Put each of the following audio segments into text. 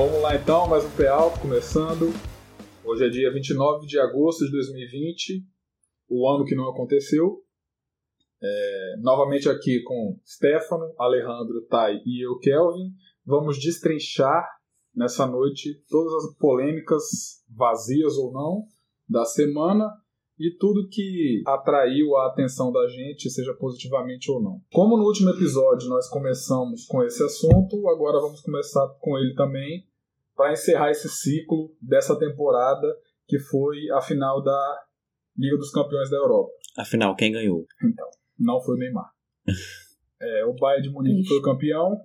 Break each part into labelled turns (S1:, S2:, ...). S1: pessoal, mais um pé alto começando. Hoje é dia 29 de agosto de 2020, o ano que não aconteceu. É, novamente aqui com Stefano, Alejandro, Tai e eu, Kelvin. Vamos destrinchar nessa noite todas as polêmicas, vazias ou não, da semana e tudo que atraiu a atenção da gente, seja positivamente ou não. Como no último episódio nós começamos com esse assunto, agora vamos começar com ele também, para encerrar esse ciclo dessa temporada que foi a final da Liga dos Campeões da Europa.
S2: Afinal, quem ganhou?
S1: Então, não foi o Neymar. É, o Bayern de Munique foi o campeão,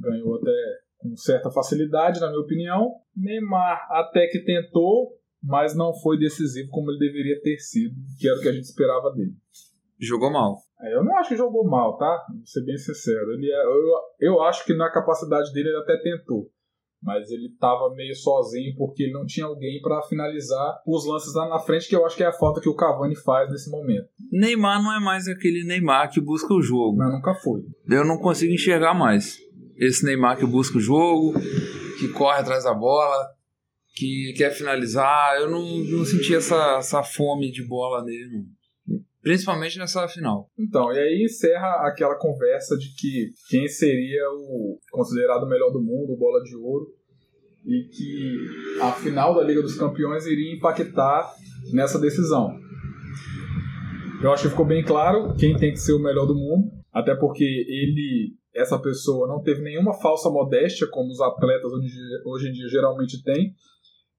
S1: ganhou até com certa facilidade, na minha opinião. Neymar até que tentou, mas não foi decisivo como ele deveria ter sido, que era o que a gente esperava dele.
S2: Jogou mal.
S1: É, Eu não acho que jogou mal, tá? Vou ser bem sincero. Ele é- eu, eu acho que na capacidade dele ele até tentou. Mas ele estava meio sozinho porque ele não tinha alguém para finalizar os lances lá na frente, que eu acho que é a falta que o Cavani faz nesse momento.
S3: Neymar não é mais aquele Neymar que busca o jogo.
S1: Mas nunca foi.
S3: Eu não consigo enxergar mais. Esse Neymar que busca o jogo, que corre atrás da bola, que quer finalizar. Eu não, não senti essa, essa fome de bola nele, não. Principalmente nessa final.
S1: Então, e aí encerra aquela conversa de que quem seria o considerado o melhor do mundo, o bola de ouro, e que a final da Liga dos Campeões iria impactar nessa decisão. Eu acho que ficou bem claro quem tem que ser o melhor do mundo, até porque ele, essa pessoa, não teve nenhuma falsa modéstia, como os atletas hoje em dia- hoje em dia geralmente têm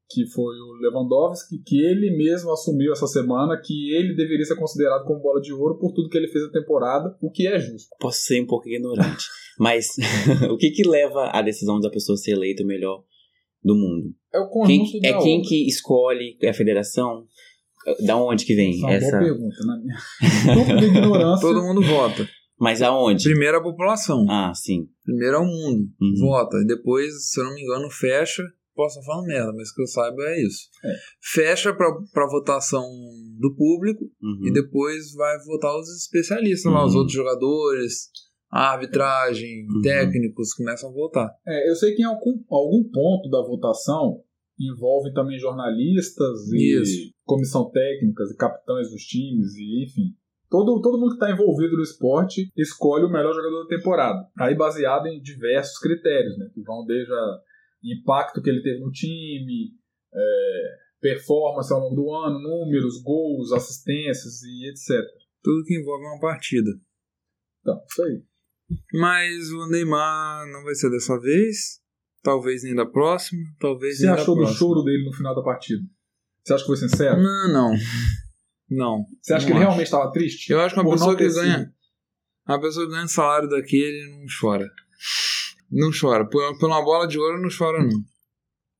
S1: que foi o Lewandowski, que ele mesmo assumiu essa semana que ele deveria ser considerado como bola de ouro por tudo que ele fez na temporada, o que é justo.
S2: Posso ser um pouco ignorante. Mas o que que leva à decisão da pessoa ser eleita o melhor do mundo?
S1: É o
S2: Quem-
S1: conjunto da
S2: é quem
S1: obra.
S2: que escolhe? É a federação? Da onde que vem
S1: Essa é uma
S2: essa?
S1: boa pergunta, na minha estúpida ignorância.
S3: Todo mundo vota.
S2: Mas aonde?
S3: Primeiro a população.
S2: Ah, sim.
S3: Primeiro é o mundo.
S2: Uhum.
S3: Vota. E depois, se eu não me engano, fecha. Posso estar falando merda, mas que eu saiba é isso.
S1: É.
S3: Fecha pra, pra votação do público.
S2: Uhum.
S3: E depois vai votar os especialistas lá,
S2: Uhum.
S3: os outros jogadores, a arbitragem,
S2: Uhum.
S3: técnicos, começam a votar.
S1: É, eu sei que em algum, algum ponto da votação envolve também jornalistas e
S3: Isso.
S1: comissão técnicas e capitães dos times e enfim. Todo, todo mundo que está envolvido no esporte escolhe o melhor jogador da temporada. Aí baseado em diversos critérios, né? Que vão desde a impacto que ele teve no time, é, performance ao longo do ano, números, gols, assistências e etc.
S3: Tudo que envolve uma partida.
S1: Então, isso aí.
S3: Mas o Neymar não vai ser dessa vez. Talvez nem da próxima. Talvez
S1: Você
S3: nem da
S1: achou do
S3: próxima.
S1: choro dele no final da partida? Você acha que foi sincero?
S3: Não, não. Não.
S1: Você acha
S3: não
S1: que ele
S3: acho.
S1: realmente estava triste?
S3: Eu acho que uma
S1: Por não
S3: pessoa
S1: ter
S3: que
S1: sido.
S3: ganha. Uma pessoa que ganha salário daquele não chora. Não chora. Por, por uma bola de ouro não chora, não.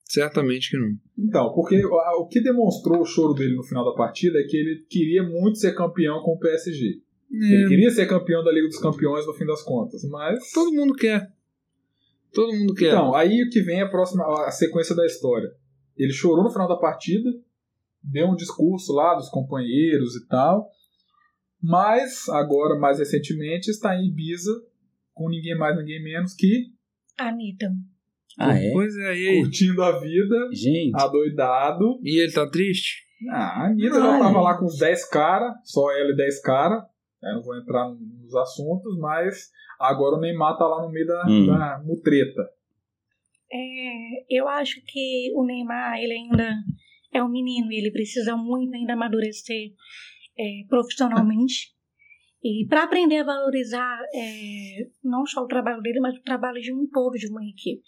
S3: Certamente que não.
S1: Então, porque o o que demonstrou o choro dele no final da partida é que ele queria muito ser campeão com o PSG.
S3: É,
S1: Ele queria ser campeão da Liga dos Campeões no fim das contas, mas.
S3: Todo mundo quer. Todo mundo quer.
S1: Então, aí o que vem é a próxima a sequência da história. Ele chorou no final da partida, deu um discurso lá dos companheiros e tal, mas agora, mais recentemente, está em Ibiza com ninguém mais, ninguém menos que
S4: Anitta.
S2: Ah, é?
S3: Pois é, e aí?
S1: curtindo a vida,
S2: Gente,
S1: Ah. adoidado,
S3: E ele tá triste?
S1: Ah, a Anitta já
S2: Caralho.
S1: tava lá com uns 10 caras, só ela e 10 caras. Eu não vou entrar nos assuntos, mas agora o Neymar tá lá no meio da,
S2: Hum.
S1: da mutreta.
S4: É, eu acho que o Neymar, ele ainda é um menino e ele precisa muito ainda amadurecer é, profissionalmente. E para aprender a valorizar é, não só o trabalho dele, mas o trabalho de um todo, de uma equipe.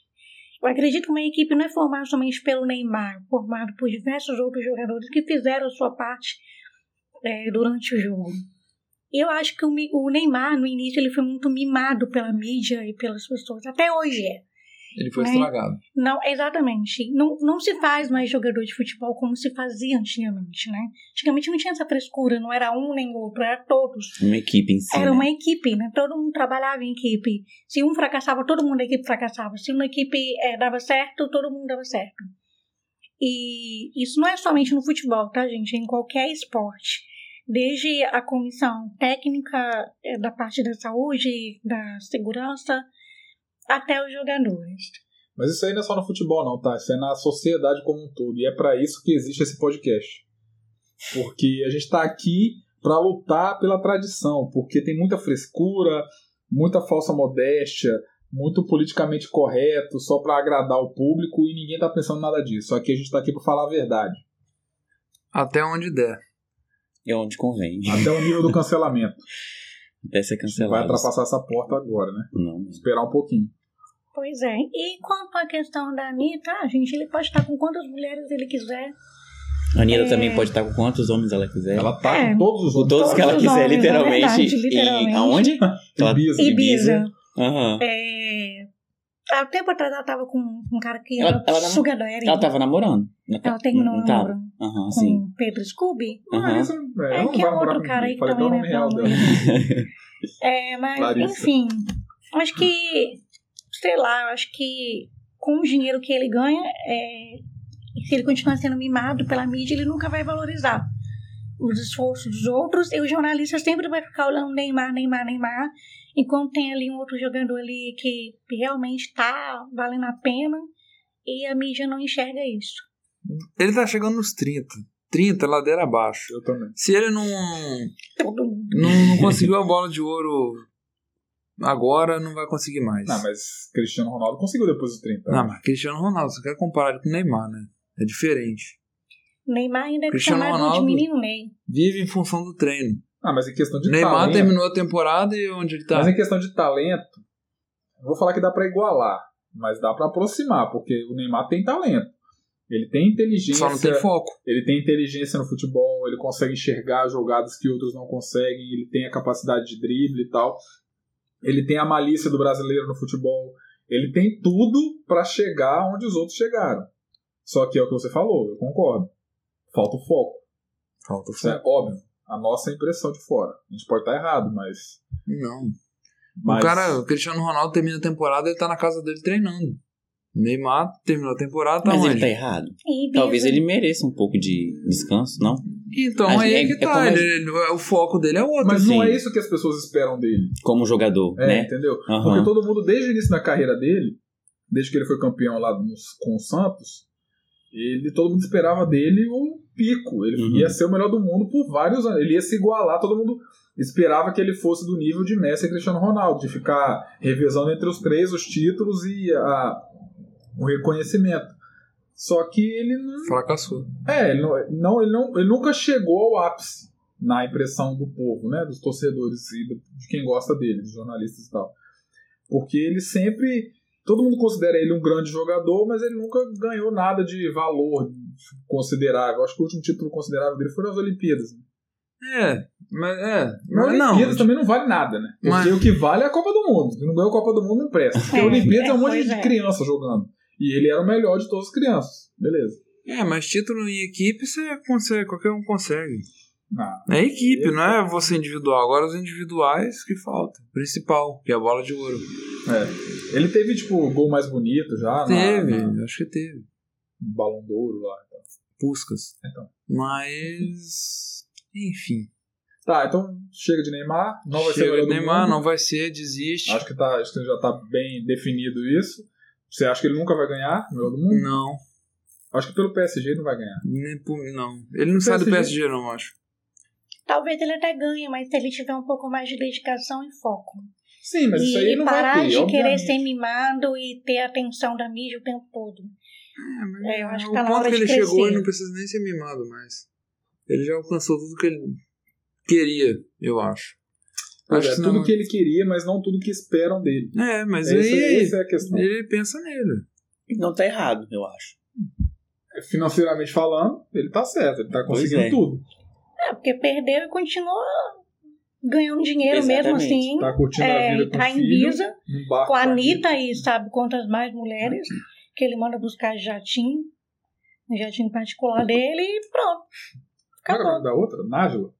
S4: Eu acredito que uma equipe não é formada somente pelo Neymar, formada por diversos outros jogadores que fizeram a sua parte é, durante o jogo. Eu acho que o Mi- o Neymar, no início, ele foi muito mimado pela mídia e pelas pessoas. Até hoje é.
S3: Ele foi
S4: É.
S3: estragado.
S4: Não, exatamente. Não, não se faz mais jogador de futebol como se fazia antigamente, né? Antigamente não tinha essa frescura, não era um nem outro, era todos.
S2: uma equipe em si.
S4: Era
S2: né?
S4: uma equipe, né? Todo mundo trabalhava em equipe. Se um fracassava, todo mundo da equipe fracassava. Se uma equipe eh, dava certo, todo mundo dava certo. E isso não é somente no futebol, tá, gente? É Em qualquer esporte. Desde a comissão técnica eh, da parte da saúde, da segurança, até os jogadores.
S1: Mas isso aí não é só no futebol, não, tá? Isso é na sociedade como um todo. E é para isso que existe esse podcast. Porque a gente está aqui para lutar pela tradição, porque tem muita frescura, muita falsa modéstia, muito politicamente correto, só para agradar o público e ninguém tá pensando nada disso. Aqui a gente tá aqui para falar a verdade,
S3: Até onde der.
S2: É onde convém.
S1: até o nível do cancelamento.
S2: Até ser
S1: Não vai
S2: cancelado.
S1: ultrapassar essa porta agora, né?
S2: Não, mesmo.
S1: Esperar um pouquinho.
S4: Pois é. E quanto à questão da Anitta, ah, gente, ele pode estar com quantas mulheres ele quiser.
S2: A Anitta
S4: É.
S2: também pode estar com quantos homens ela quiser.
S1: Ela tá
S4: É.
S1: em todos os
S2: com
S1: outros.
S2: todos que ela
S4: Todos os
S2: quiser,
S4: homens,
S2: literalmente.
S4: na verdade,
S2: Em-
S4: literalmente.
S2: aonde? Ela-
S1: Ibiza. né?
S4: Ibiza.
S2: Aham.
S4: É... Há tempo atrás ela tava com um cara que
S2: Ela-
S4: era
S2: ela não-
S4: sugar daddy.
S2: Ela tava namorando.
S4: Ela terminou
S2: Não
S4: um
S2: tava.
S4: namoro
S2: Aham,
S4: com
S2: sim.
S4: Pedro Scooby.
S2: Aham.
S1: Mas, é,
S4: É
S1: não
S4: que
S1: vai
S4: é
S1: namorar
S4: outro
S1: comigo.
S4: cara aí que
S1: Falei até o
S4: também,
S1: nome
S4: né,
S1: real
S4: pelo
S1: dela.
S4: É, mas,
S1: Clarissa.
S4: enfim, acho que, sei lá, eu acho que com o dinheiro que ele ganha, é, se ele continuar sendo mimado pela mídia, ele nunca vai valorizar os esforços dos outros e o jornalista sempre vai ficar olhando Neymar, Neymar, Neymar, enquanto tem ali um outro jogando ali que realmente tá valendo a pena e a mídia não enxerga isso.
S3: Ele tá chegando nos 30. 30, ladeira abaixo.
S1: Eu também.
S3: Se ele não,
S4: Todo mundo.
S3: não, não conseguiu a bola de ouro agora, não vai conseguir mais.
S1: Não, mas Cristiano Ronaldo conseguiu depois dos 30.
S3: Não, mas Cristiano Ronaldo, você quer comparar ele com o Neymar, né? É diferente.
S4: Neymar ainda é
S3: Cristiano
S4: chamado de
S3: Ronaldo.
S4: menino Ney.
S3: Vive em função do treino.
S1: Ah, mas em questão de
S3: Neymar
S1: talento.
S3: terminou a temporada e onde ele tá?
S1: Mas é em questão de talento, não vou falar que dá pra igualar, mas dá pra aproximar, porque o Neymar tem talento. Ele tem inteligência.
S3: Só não tem foco.
S1: Ele tem inteligência no futebol, ele consegue enxergar jogadas que outros não conseguem, ele tem a capacidade de drible e tal. Ele tem a malícia do brasileiro no futebol. Ele tem tudo pra chegar onde os outros chegaram. Só que é o que você falou, eu concordo. Falta o foco.
S3: Falta
S1: Isso é óbvio. A nossa impressão de fora. A gente pode estar errado, mas.
S3: Não.
S1: mas-
S3: O cara, o Cristiano Ronaldo termina a temporada, ele tá na casa dele treinando. Neymar terminou a temporada, tá
S2: Mas
S3: onde?
S2: ele tá errado.
S4: E
S2: Talvez
S4: Ibiza.
S2: ele mereça um pouco de descanso, não?
S3: Então
S2: Mas
S3: aí
S2: é-
S3: é que
S2: é como
S3: tá.
S2: a
S3: ele- ele- o foco dele é outro.
S1: Mas não
S2: Sim.
S1: é isso que as pessoas esperam dele.
S2: Como jogador,
S1: É,
S2: né?
S1: entendeu?
S2: Aham.
S1: Porque todo mundo, desde o início da carreira dele, desde que ele foi campeão lá nos- com o Santos, ele, todo mundo esperava dele um pico. Ele
S2: Uhum.
S1: ia ser o melhor do mundo por vários anos. Ele ia se igualar, todo mundo esperava que ele fosse do nível de Messi e Cristiano Ronaldo, de ficar revezando entre os três os títulos e a- o reconhecimento. Só que ele não.
S3: Fracassou.
S1: É, ele, não, não- ele, não, ele nunca chegou ao ápice, na impressão do povo, né? Dos torcedores e do- de quem gosta dele, dos jornalistas e tal. Porque ele sempre. Todo mundo considera ele um grande jogador, mas ele nunca ganhou nada de valor considerável. Acho que o último título considerável dele foi nas Olimpíadas.
S3: É, mas é.
S1: Mas
S3: Mas não.
S1: Olimpíadas também não vale nada, né? Porque
S3: Mas-
S1: o que vale é a Copa do Mundo. Se não ganhou a Copa do Mundo, não presta. Porque
S4: É,
S1: a Olimpíadas é, um
S4: é,
S1: monte
S4: pois
S1: de
S4: é.
S1: criança jogando. E ele era o melhor de todas as crianças. Beleza.
S3: É, mas título em equipe você consegue, qualquer um consegue.
S1: Ah,
S3: É equipe, não é você individual. Agora os individuais que falta. Principal, que é a bola de ouro.
S1: é. Ele teve, tipo, gol mais bonito já. na-
S3: teve,
S1: na-
S3: acho que teve.
S1: um balão de ouro lá.
S3: Puscas.
S1: Então.
S3: Mas. Enfim.
S1: Tá, então chega de Neymar. Não vai ser o
S3: Chega
S1: melhor
S3: de
S1: do
S3: Neymar,
S1: mundo.
S3: não vai ser, desiste.
S1: Acho que, tá, acho que já tá bem definido isso. Você acha que ele nunca vai ganhar o melhor do mundo?
S3: Não,
S1: Acho que pelo PSG ele não vai ganhar.
S3: nem por, não. Ele não sai do
S1: PSG.
S3: PSG, não, acho.
S4: Talvez ele até ganhe, mas se ele tiver um pouco mais de dedicação e foco.
S1: Sim, mas
S4: e
S1: isso aí não vai
S4: parar
S1: ter,
S4: de querer
S1: obviamente.
S4: ser mimado e ter a atenção da mídia o tempo todo. É, eu acho que
S3: Ah, o
S4: tá na
S3: ponto
S4: hora
S3: que
S4: de
S3: ele chegou,
S4: crescer.
S3: ele não precisa nem ser mimado mais. Ele já alcançou tudo que ele queria, eu acho.
S1: Pois
S3: acho
S1: é,
S3: que
S1: tudo
S3: não.
S1: que ele queria, mas não tudo que esperam dele.
S3: É, mas
S1: é,
S3: aí
S1: isso, essa é a questão.
S3: ele pensa nele.
S2: Não tá errado, eu acho.
S1: Financeiramente falando, ele tá certo, ele tá
S2: Pois
S1: conseguindo
S2: é.
S1: tudo.
S4: É, porque perdeu e continua ganhando dinheiro mesmo
S2: Exatamente.
S4: assim.
S1: Tá curtindo
S4: É,
S1: a
S4: e
S1: vida com
S4: tá
S1: o
S4: em
S1: filho,
S4: Ibiza,
S1: num barco
S4: com a Anitta e sabe quantas mais mulheres que ele manda buscar de jatinho, um jatinho particular dele e pronto.
S1: Qual é o
S4: Acabou.
S1: nome da outra? Nájula?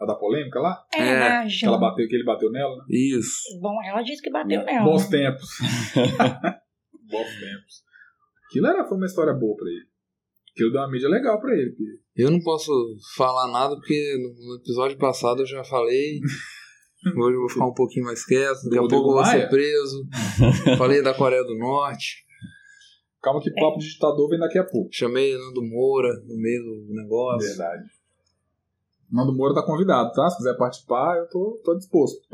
S1: A da polêmica lá?
S4: É,
S3: É,
S1: Que
S4: Nájila.
S1: ela bateu, que ele bateu nela, né?
S3: Isso.
S4: Bom, ela disse que bateu nela.
S1: Bons tempos. Bons tempos. Aquilo era, foi uma história boa pra ele. Aquilo deu uma mídia legal pra ele. que-
S3: Eu não posso falar nada porque no no episódio passado eu já falei. Hoje eu vou ficar um pouquinho mais quieto. Daqui a
S1: Rodrigo
S3: pouco eu vou
S1: Maia?
S3: ser preso. Falei da Coreia do Norte.
S1: Calma que papo de ditador vem daqui a pouco.
S3: Chamei Nando Moura no meio do negócio.
S1: Verdade. Nando Moura tá convidado, tá? Se quiser participar, eu tô, tô disposto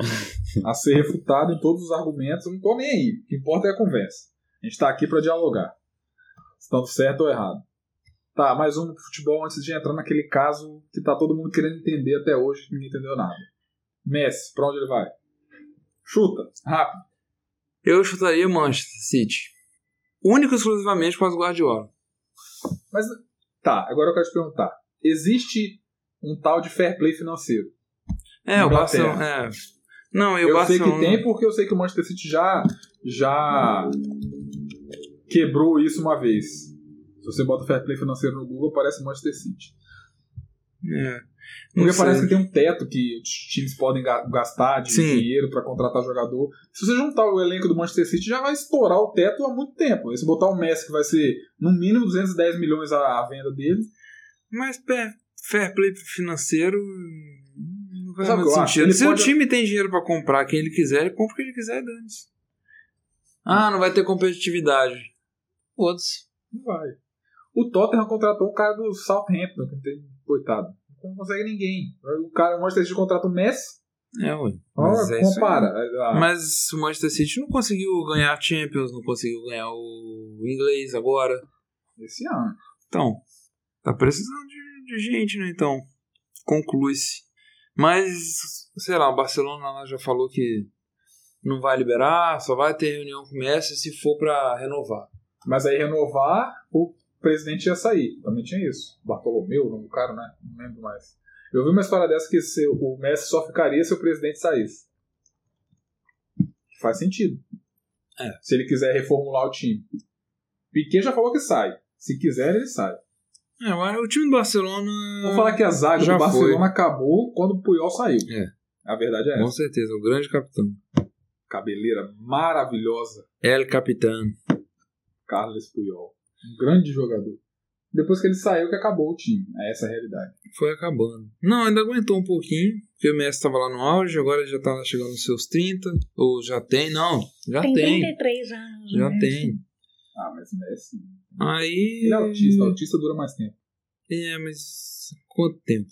S1: a ser refutado em todos os argumentos. Eu não tô nem aí. O que importa é a conversa. A gente tá aqui pra dialogar. Estando certo ou errado. Tá, mais um pro futebol antes de entrar naquele caso que tá todo mundo querendo entender até hoje, que ninguém entendeu nada. Messi, pra onde ele vai? Chuta, rápido.
S3: Eu chutaria Manchester City. Único e exclusivamente para os Guardiola.
S1: Mas tá, agora eu quero te perguntar. Existe um tal de fair play financeiro?
S3: É, o
S1: Inglaterra.
S3: Barcelona. É. Não, e o
S1: Eu, sei
S3: Barcelona.
S1: que tem porque eu sei que o Manchester City já já quebrou isso uma vez. Se você bota fair play financeiro no Google, aparece Manchester City.
S3: É. Não
S1: Porque
S3: sei.
S1: parece que tem um teto que os times podem ga- gastar de
S3: Sim.
S1: dinheiro para contratar jogador. Se você juntar o elenco do Manchester City, já vai estourar o teto há muito tempo. E se botar o Messi, que vai ser no mínimo 210 milhões a, a venda dele,
S3: Mas pé, fair play financeiro hum, não faz
S1: Sabe o
S3: muito
S1: que eu acho?
S3: sentido.
S1: Ele
S3: Se
S1: pode-
S3: o time tem dinheiro pra comprar quem ele quiser, ele compra o que ele quiser, dane-se. Ah, não vai ter competitividade. Foda-se.
S1: não vai. O Tottenham contratou o cara do Southampton, que não tem, coitado. Não consegue ninguém. O cara, o Manchester City contrata o Messi,
S3: É, ué.
S1: Mas
S3: Mas é isso aí.
S1: compara. Ah, A- a-
S3: Mas o Manchester City não conseguiu ganhar a Champions, não conseguiu ganhar o inglês agora.
S1: Esse ano.
S3: Então, tá precisando de, de gente, né? Então, conclui-se. Mas, sei lá, o Barcelona lá já falou que não vai liberar, só vai ter reunião com o Messi se for pra renovar.
S1: Mas aí renovar, o presidente ia sair. Também tinha isso. Bartolomeu, o nome do cara, né? Não lembro mais. Eu vi uma história dessa que se o Messi só ficaria se o presidente saísse. Faz sentido.
S3: É.
S1: Se ele quiser reformular o time. Piquet já falou que sai. Se quiser, ele sai.
S3: É, mas o time do Barcelona.
S1: Vou falar que a zaga
S3: já
S1: do Barcelona acabou quando o Puyol saiu.
S3: É.
S1: A verdade é
S3: Com
S1: essa.
S3: certeza, o grande capitão.
S1: Cabeleira maravilhosa.
S3: El Capitão.
S1: Carlos Puyol. Um grande jogador. Depois que ele saiu, que acabou o time. É essa a realidade.
S3: Foi acabando. Não, ainda aguentou um pouquinho, porque o Messi tava lá no auge, agora ele já tá chegando nos seus 30. Ou já tem, não, já
S4: Tem
S3: tem.
S4: 33 anos.
S3: Já
S4: né?
S3: tem.
S1: Ah, mas o Messi.
S3: Aí.
S1: Ele é autista. Autista dura mais tempo.
S3: É, mas quanto tempo?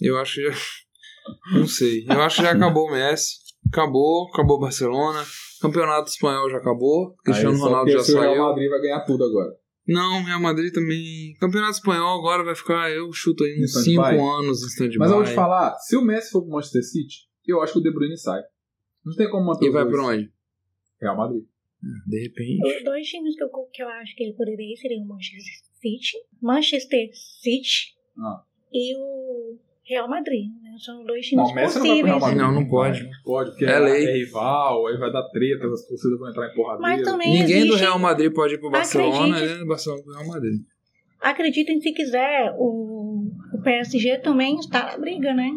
S3: Eu acho que já. Não sei. Eu acho que já acabou o Messi. Acabou, acabou o Barcelona. Campeonato espanhol já acabou. Cristiano
S1: Aí só
S3: Ronaldo já
S1: pensa que O Real
S3: saiu.
S1: Madrid vai ganhar tudo agora.
S3: Não, Real Madrid também. Campeonato espanhol agora vai ficar, eu chuto aí,
S1: Em
S3: uns
S1: stand-by?
S3: 5 anos em stand-by.
S1: Mas eu vou te falar: se o Messi for pro Manchester City, eu acho que o De Bruyne sai. Não tem como manter
S3: E
S1: os
S3: vai
S1: dois.
S3: pra onde?
S1: Real Madrid.
S3: De repente.
S4: Os dois times que eu, que eu acho que ele poderia ir seriam o Manchester City, Manchester City
S1: Ah.
S4: e o Real Madrid. né? São dois times
S1: Não, o Messi não vai pro
S4: possíveis.
S1: Real Madrid.
S3: Não, não pode.
S1: Vai, Não pode, porque
S3: É
S1: é,
S3: lei.
S1: é rival, aí vai dar treta, as torcidas vão entrar em porradeira.
S4: Mas também
S3: Ninguém
S4: existe,
S3: do Real Madrid pode ir pro Barcelona,
S4: Acredite-
S3: nem do Barcelona pro Real Madrid.
S4: acreditem se quiser, o, o PSG também está na briga, né?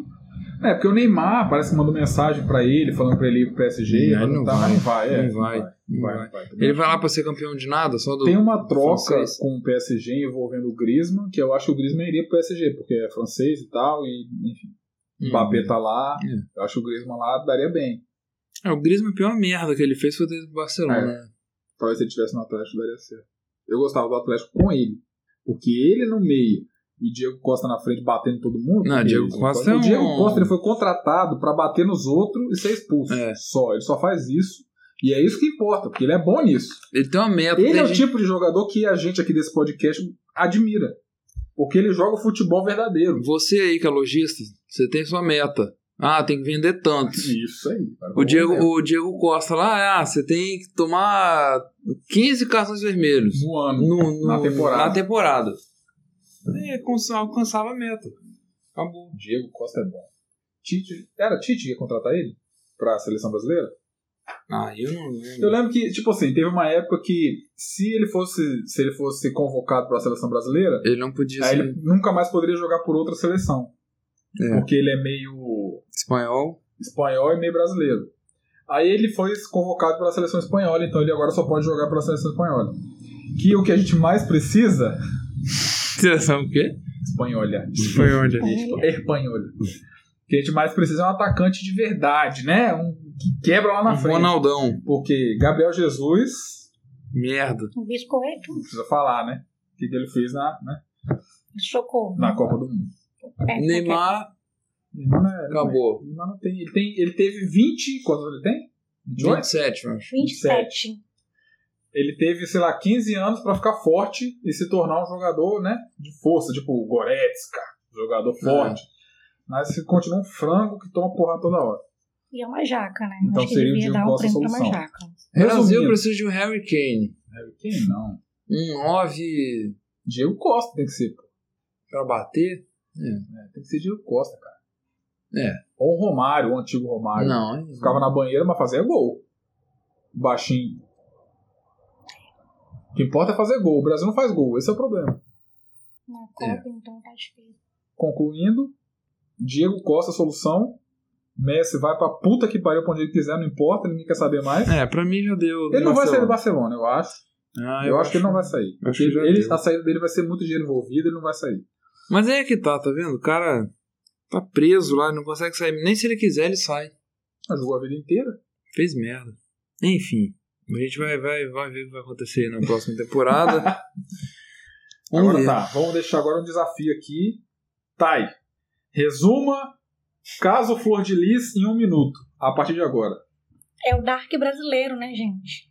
S1: É, porque o Neymar parece que mandou mensagem pra ele, falando pra ele ir pro PSG.
S3: Não,
S1: mas
S3: não
S1: tá,
S3: vai.
S1: mas não vai. é,
S3: Não vai.
S1: Não vai,
S3: Não
S1: não vai. Também
S3: Ele vai lá pra ser campeão de nada, só do.
S1: Tem um uma troca
S3: É francês.
S1: com o PSG envolvendo o Griezmann, que eu acho que o Griezmann iria pro PSG, porque é francês e tal, e enfim, o
S3: Hum.
S1: Mbappé tá lá,
S3: É.
S1: eu acho que o Griezmann lá daria bem.
S3: É, o Griezmann, a pior merda que ele fez foi ter ido pro Barcelona.
S1: É.
S3: né?
S1: Talvez se ele tivesse no Atlético daria certo. Eu gostava do Atlético com ele, porque ele no meio e Diego Costa na frente batendo todo mundo.
S3: Não,
S1: porque
S3: Diego
S1: ele-
S3: Costa é
S1: O Diego
S3: um-
S1: Costa ele foi contratado pra bater nos outros e ser expulso.
S3: É.
S1: Só, ele só faz isso. E é isso que importa, porque ele é bom nisso.
S3: Ele tem uma meta.
S1: Ele
S3: tem
S1: é o
S3: gente-
S1: tipo de jogador que a gente aqui desse podcast admira. Porque ele joga o futebol verdadeiro.
S3: Você aí que é lojista, você tem sua meta. Ah, tem que vender tantos.
S1: Isso aí. cara.
S3: O Diego, o Diego Costa lá, ah, você tem que tomar 15 cartões vermelhos
S1: No ano.
S3: no- no-
S1: Na temporada.
S3: na temporada. É, alcança- alcançava a meta. Acabou.
S1: O Diego Costa é bom. Tite, era Tite que ia contratar ele? Pra seleção brasileira?
S3: Ah, eu não
S1: Eu
S3: lembro.
S1: lembro que, tipo assim, teve uma época que se ele fosse, se ele fosse convocado pra seleção brasileira,
S3: Ele não podia
S1: aí
S3: ser
S1: ele nunca mais poderia jogar por outra seleção.
S3: É.
S1: Porque ele é meio
S3: espanhol.
S1: espanhol e meio brasileiro. Aí ele foi convocado pela seleção espanhola, então ele agora só pode jogar pela seleção espanhola. Que o que a gente mais precisa.
S3: Seleção o quê?
S1: Espanhola.
S3: Espanhol,
S4: Olha,
S1: Espanhola. O que a gente mais precisa é um atacante de verdade, né? Um que quebra lá na frente.
S3: Ronaldão.
S1: Porque Gabriel Jesus
S3: Merda.
S4: Um biscoito,
S1: Não precisa falar, né? O que, que ele fez na, né?
S4: socorro.
S1: na Copa do Mundo.
S4: É,
S3: Neymar
S1: Neymar não é-
S3: acabou.
S1: Neymar não tem. Ele, tem, ele teve 20. Quantos anos ele tem? 28?
S3: 27,
S4: é
S3: mano.
S4: 27.
S1: Ele teve, sei lá, 15 anos pra ficar forte e se tornar um jogador, né? De força, tipo o Goretzka, jogador
S3: É.
S1: forte. Mas se continua um frango que toma porrada toda hora.
S4: E é uma jaca, né?
S1: Então
S4: Acho que
S1: seria o
S4: devia
S1: Diego
S4: dar um
S1: Costa a
S4: prêmio pra uma
S1: solução.
S4: jaca.
S3: O Brasil
S1: Resumindo,
S3: precisa de um Harry Kane.
S1: quem não?
S3: Um 9
S1: Diego Costa tem que ser, pô.
S3: pra bater.
S1: É, tem que ser Diego Costa, cara.
S3: É.
S1: Ou o Romário, o antigo Romário.
S3: Não, hein?
S1: Ficava na banheira, mas fazia gol. Baixinho. O que importa é fazer gol. O Brasil não faz gol, esse é o problema.
S4: Na
S3: É.
S4: Copa, então, tá difícil.
S1: Concluindo, Diego Costa, solução. Messi vai pra puta que pariu pra onde ele quiser, não importa, ninguém quer saber mais.
S3: É, pra mim já deu.
S1: Ele não vai sair do Barcelona,
S3: Barcelona.
S1: eu acho.
S3: Ah,
S1: eu acho que ele não vai sair.
S3: acho que já
S1: Ele-
S3: deu.
S1: a saída dele vai ser muito dinheiro envolvido, ele não vai sair.
S3: Mas é que tá, tá vendo? O cara tá preso lá, não consegue sair. Nem se ele quiser, ele sai.
S1: Mas jogou a vida inteira.
S3: Fez merda. Enfim, a gente vai, vai, vai ver o que vai acontecer na próxima temporada. Vamos
S1: agora
S3: ver.
S1: tá, vamos deixar agora um desafio aqui. Tai, resuma caso Flor de Lis em um minuto, a partir de agora.
S4: É o Dark brasileiro, né, gente?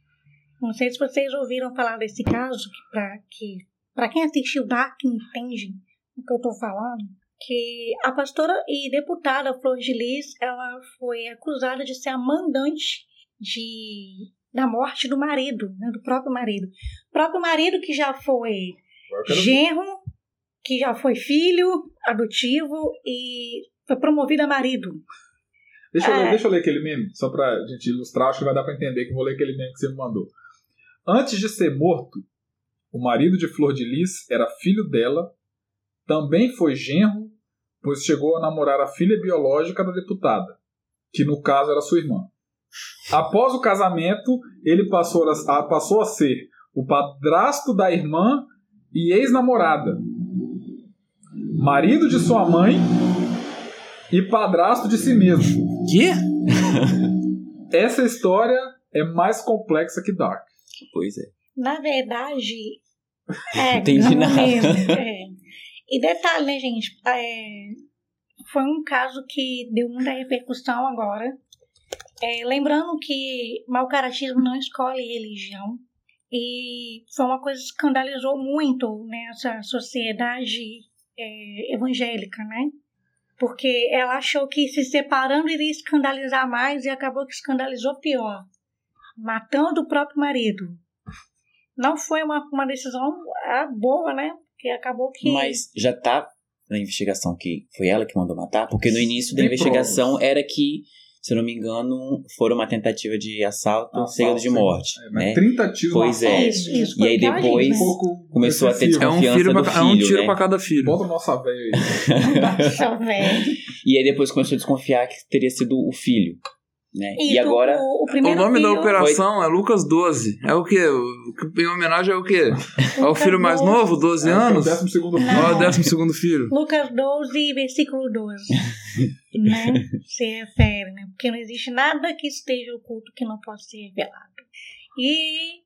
S4: Não sei se vocês ouviram falar desse caso, que pra, que, pra quem assistiu Dark entende o que eu tô falando, que a pastora e deputada Flor de Lis, ela foi acusada de ser a mandante de, da morte do marido, né, do próprio marido. O próprio marido que já foi
S1: Agora eu quero
S4: genro, que já foi filho adotivo e foi promovido a marido.
S1: Deixa, eu
S4: É.
S1: ler, deixa eu ler aquele meme, só pra gente ilustrar, acho que vai dar pra entender que eu vou ler aquele meme que você me mandou. Antes de ser morto, o marido de Flor de Lis era filho dela, também foi genro, pois chegou a namorar a filha biológica da deputada, que no caso era sua irmã. Após o casamento, ele passou a, a- passou a ser o padrasto da irmã e ex-namorada, marido de sua mãe e padrasto de si mesmo.
S3: Quê?
S1: Essa história é mais complexa que Dark.
S2: Pois é.
S4: Na verdade, é,
S2: Entendi
S4: não
S2: nada.
S4: mesmo, é. E detalhe, né, gente? é, foi um caso que deu muita repercussão agora. É, lembrando que mau caratismo não escolhe religião. E foi uma coisa que escandalizou muito né, essa sociedade é, evangélica, né? Porque ela achou que se separando iria escandalizar mais e acabou que escandalizou pior. Matando o próprio marido não foi uma, uma decisão ah, boa, né? Porque acabou que.
S2: Mas já tá na investigação que foi ela que mandou matar, porque no início da
S1: Tem
S2: investigação era que, se eu não me engano, foram uma tentativa de assalto,
S1: Assalto,
S2: segredo de
S1: sim.
S2: morte,
S1: É, mas
S2: né?
S1: 30 tiros
S2: Pois
S1: na
S2: é.
S4: Isso, isso.
S2: E aí
S4: foi o que ela
S2: depois-
S1: Um
S4: disse, né?
S1: pouco
S2: Começou a ter
S1: excessivo.
S3: É um,
S2: Confiança
S3: filho pra,
S2: do
S3: é um
S2: filho,
S3: tiro
S2: né?
S3: pra cada filho.
S1: Bota o nossa velha aí.
S4: Nossa, velho.
S2: E aí depois começou a desconfiar que teria sido o filho, né? E,
S4: do-
S2: agora
S4: O,
S3: O
S4: primeiro
S3: nome da
S4: filho-
S3: operação é Lucas 12. É o quê? O- Em homenagem é o quê? Ao
S4: Lucas
S3: filho mais
S4: 12.
S3: novo, 12 anos?
S1: É o 12 segundo
S4: Não.
S3: Ó, o 12 segundo filho.
S4: Lucas 12, versículo 12. né? Se refere, né? Porque não existe nada que esteja oculto que não possa ser revelado. E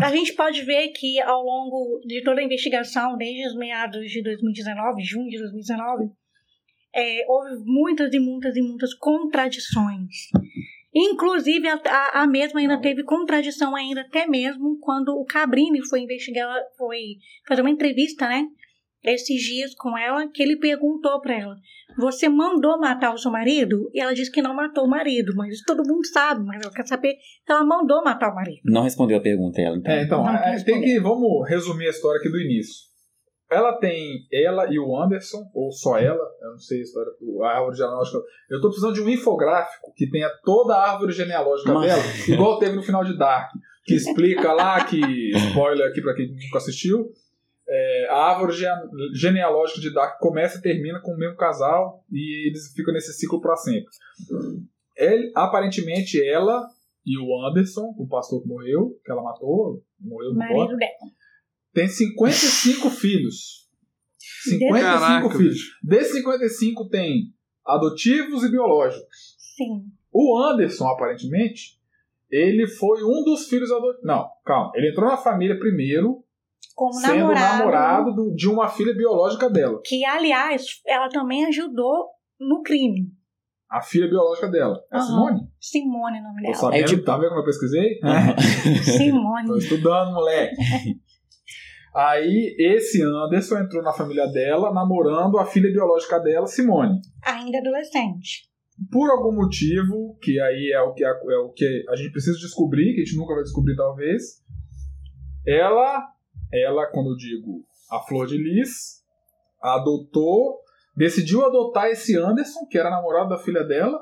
S4: a gente pode ver que ao longo de toda a investigação, desde os meados de 2019, junho de 2019, é, houve muitas e muitas e muitas contradições. Inclusive, a, a, a mesma ainda teve contradição ainda até mesmo quando o Cabrini foi investigar, foi fazer uma entrevista, né? esses dias com ela que ele perguntou pra ela: Você mandou matar o seu marido? E ela disse que não matou o marido, mas isso todo mundo sabe, mas ela quer saber se ela mandou matar o marido.
S2: não respondeu a pergunta ela, então.
S1: É, então,
S4: Não,
S1: é,
S4: não
S1: tem que. Vamos resumir a história aqui do início. Ela tem ela e o Anderson, ou só ela, eu não sei a história, a árvore genealógica. Eu tô precisando de um infográfico que tenha toda a árvore genealógica
S2: Mas-
S1: dela, igual teve no final de Dark, que explica lá que. Spoiler aqui pra quem nunca assistiu. é, a árvore gene- genealógica de Dark começa e termina com o mesmo casal e eles ficam nesse ciclo pra sempre. Ele, aparentemente, ela e o Anderson, o pastor que morreu, que ela matou, morreu
S4: O
S1: no bota,
S4: marido dela.
S1: tem 55 filhos. 55
S3: Caraca,
S1: filhos. Desses 55 tem adotivos e biológicos.
S4: Sim.
S1: O Anderson, aparentemente, Ele foi um dos filhos adotados. Não, calma. Ele entrou na família primeiro,
S4: Como
S1: sendo
S4: namorado,
S1: namorado do- de uma filha biológica dela.
S4: Que, aliás, ela também ajudou no crime.
S1: A filha biológica dela. É a
S4: Aham.
S1: Simone?
S4: Simone, o nome
S1: Tô
S4: dela.
S1: sabendo,
S2: Aí, tipo-
S1: tá vendo como eu pesquisei? Tô
S4: Simone.
S1: estudando, moleque. Aí, esse Anderson entrou na família dela, namorando a filha biológica dela, Simone.
S4: Ainda adolescente.
S1: Por algum motivo, que aí é o que a, é o que a gente precisa descobrir, que a gente nunca vai descobrir talvez, ela, ela, quando eu digo a Flor de Lis, adotou, decidiu adotar esse Anderson, que era namorado da filha dela,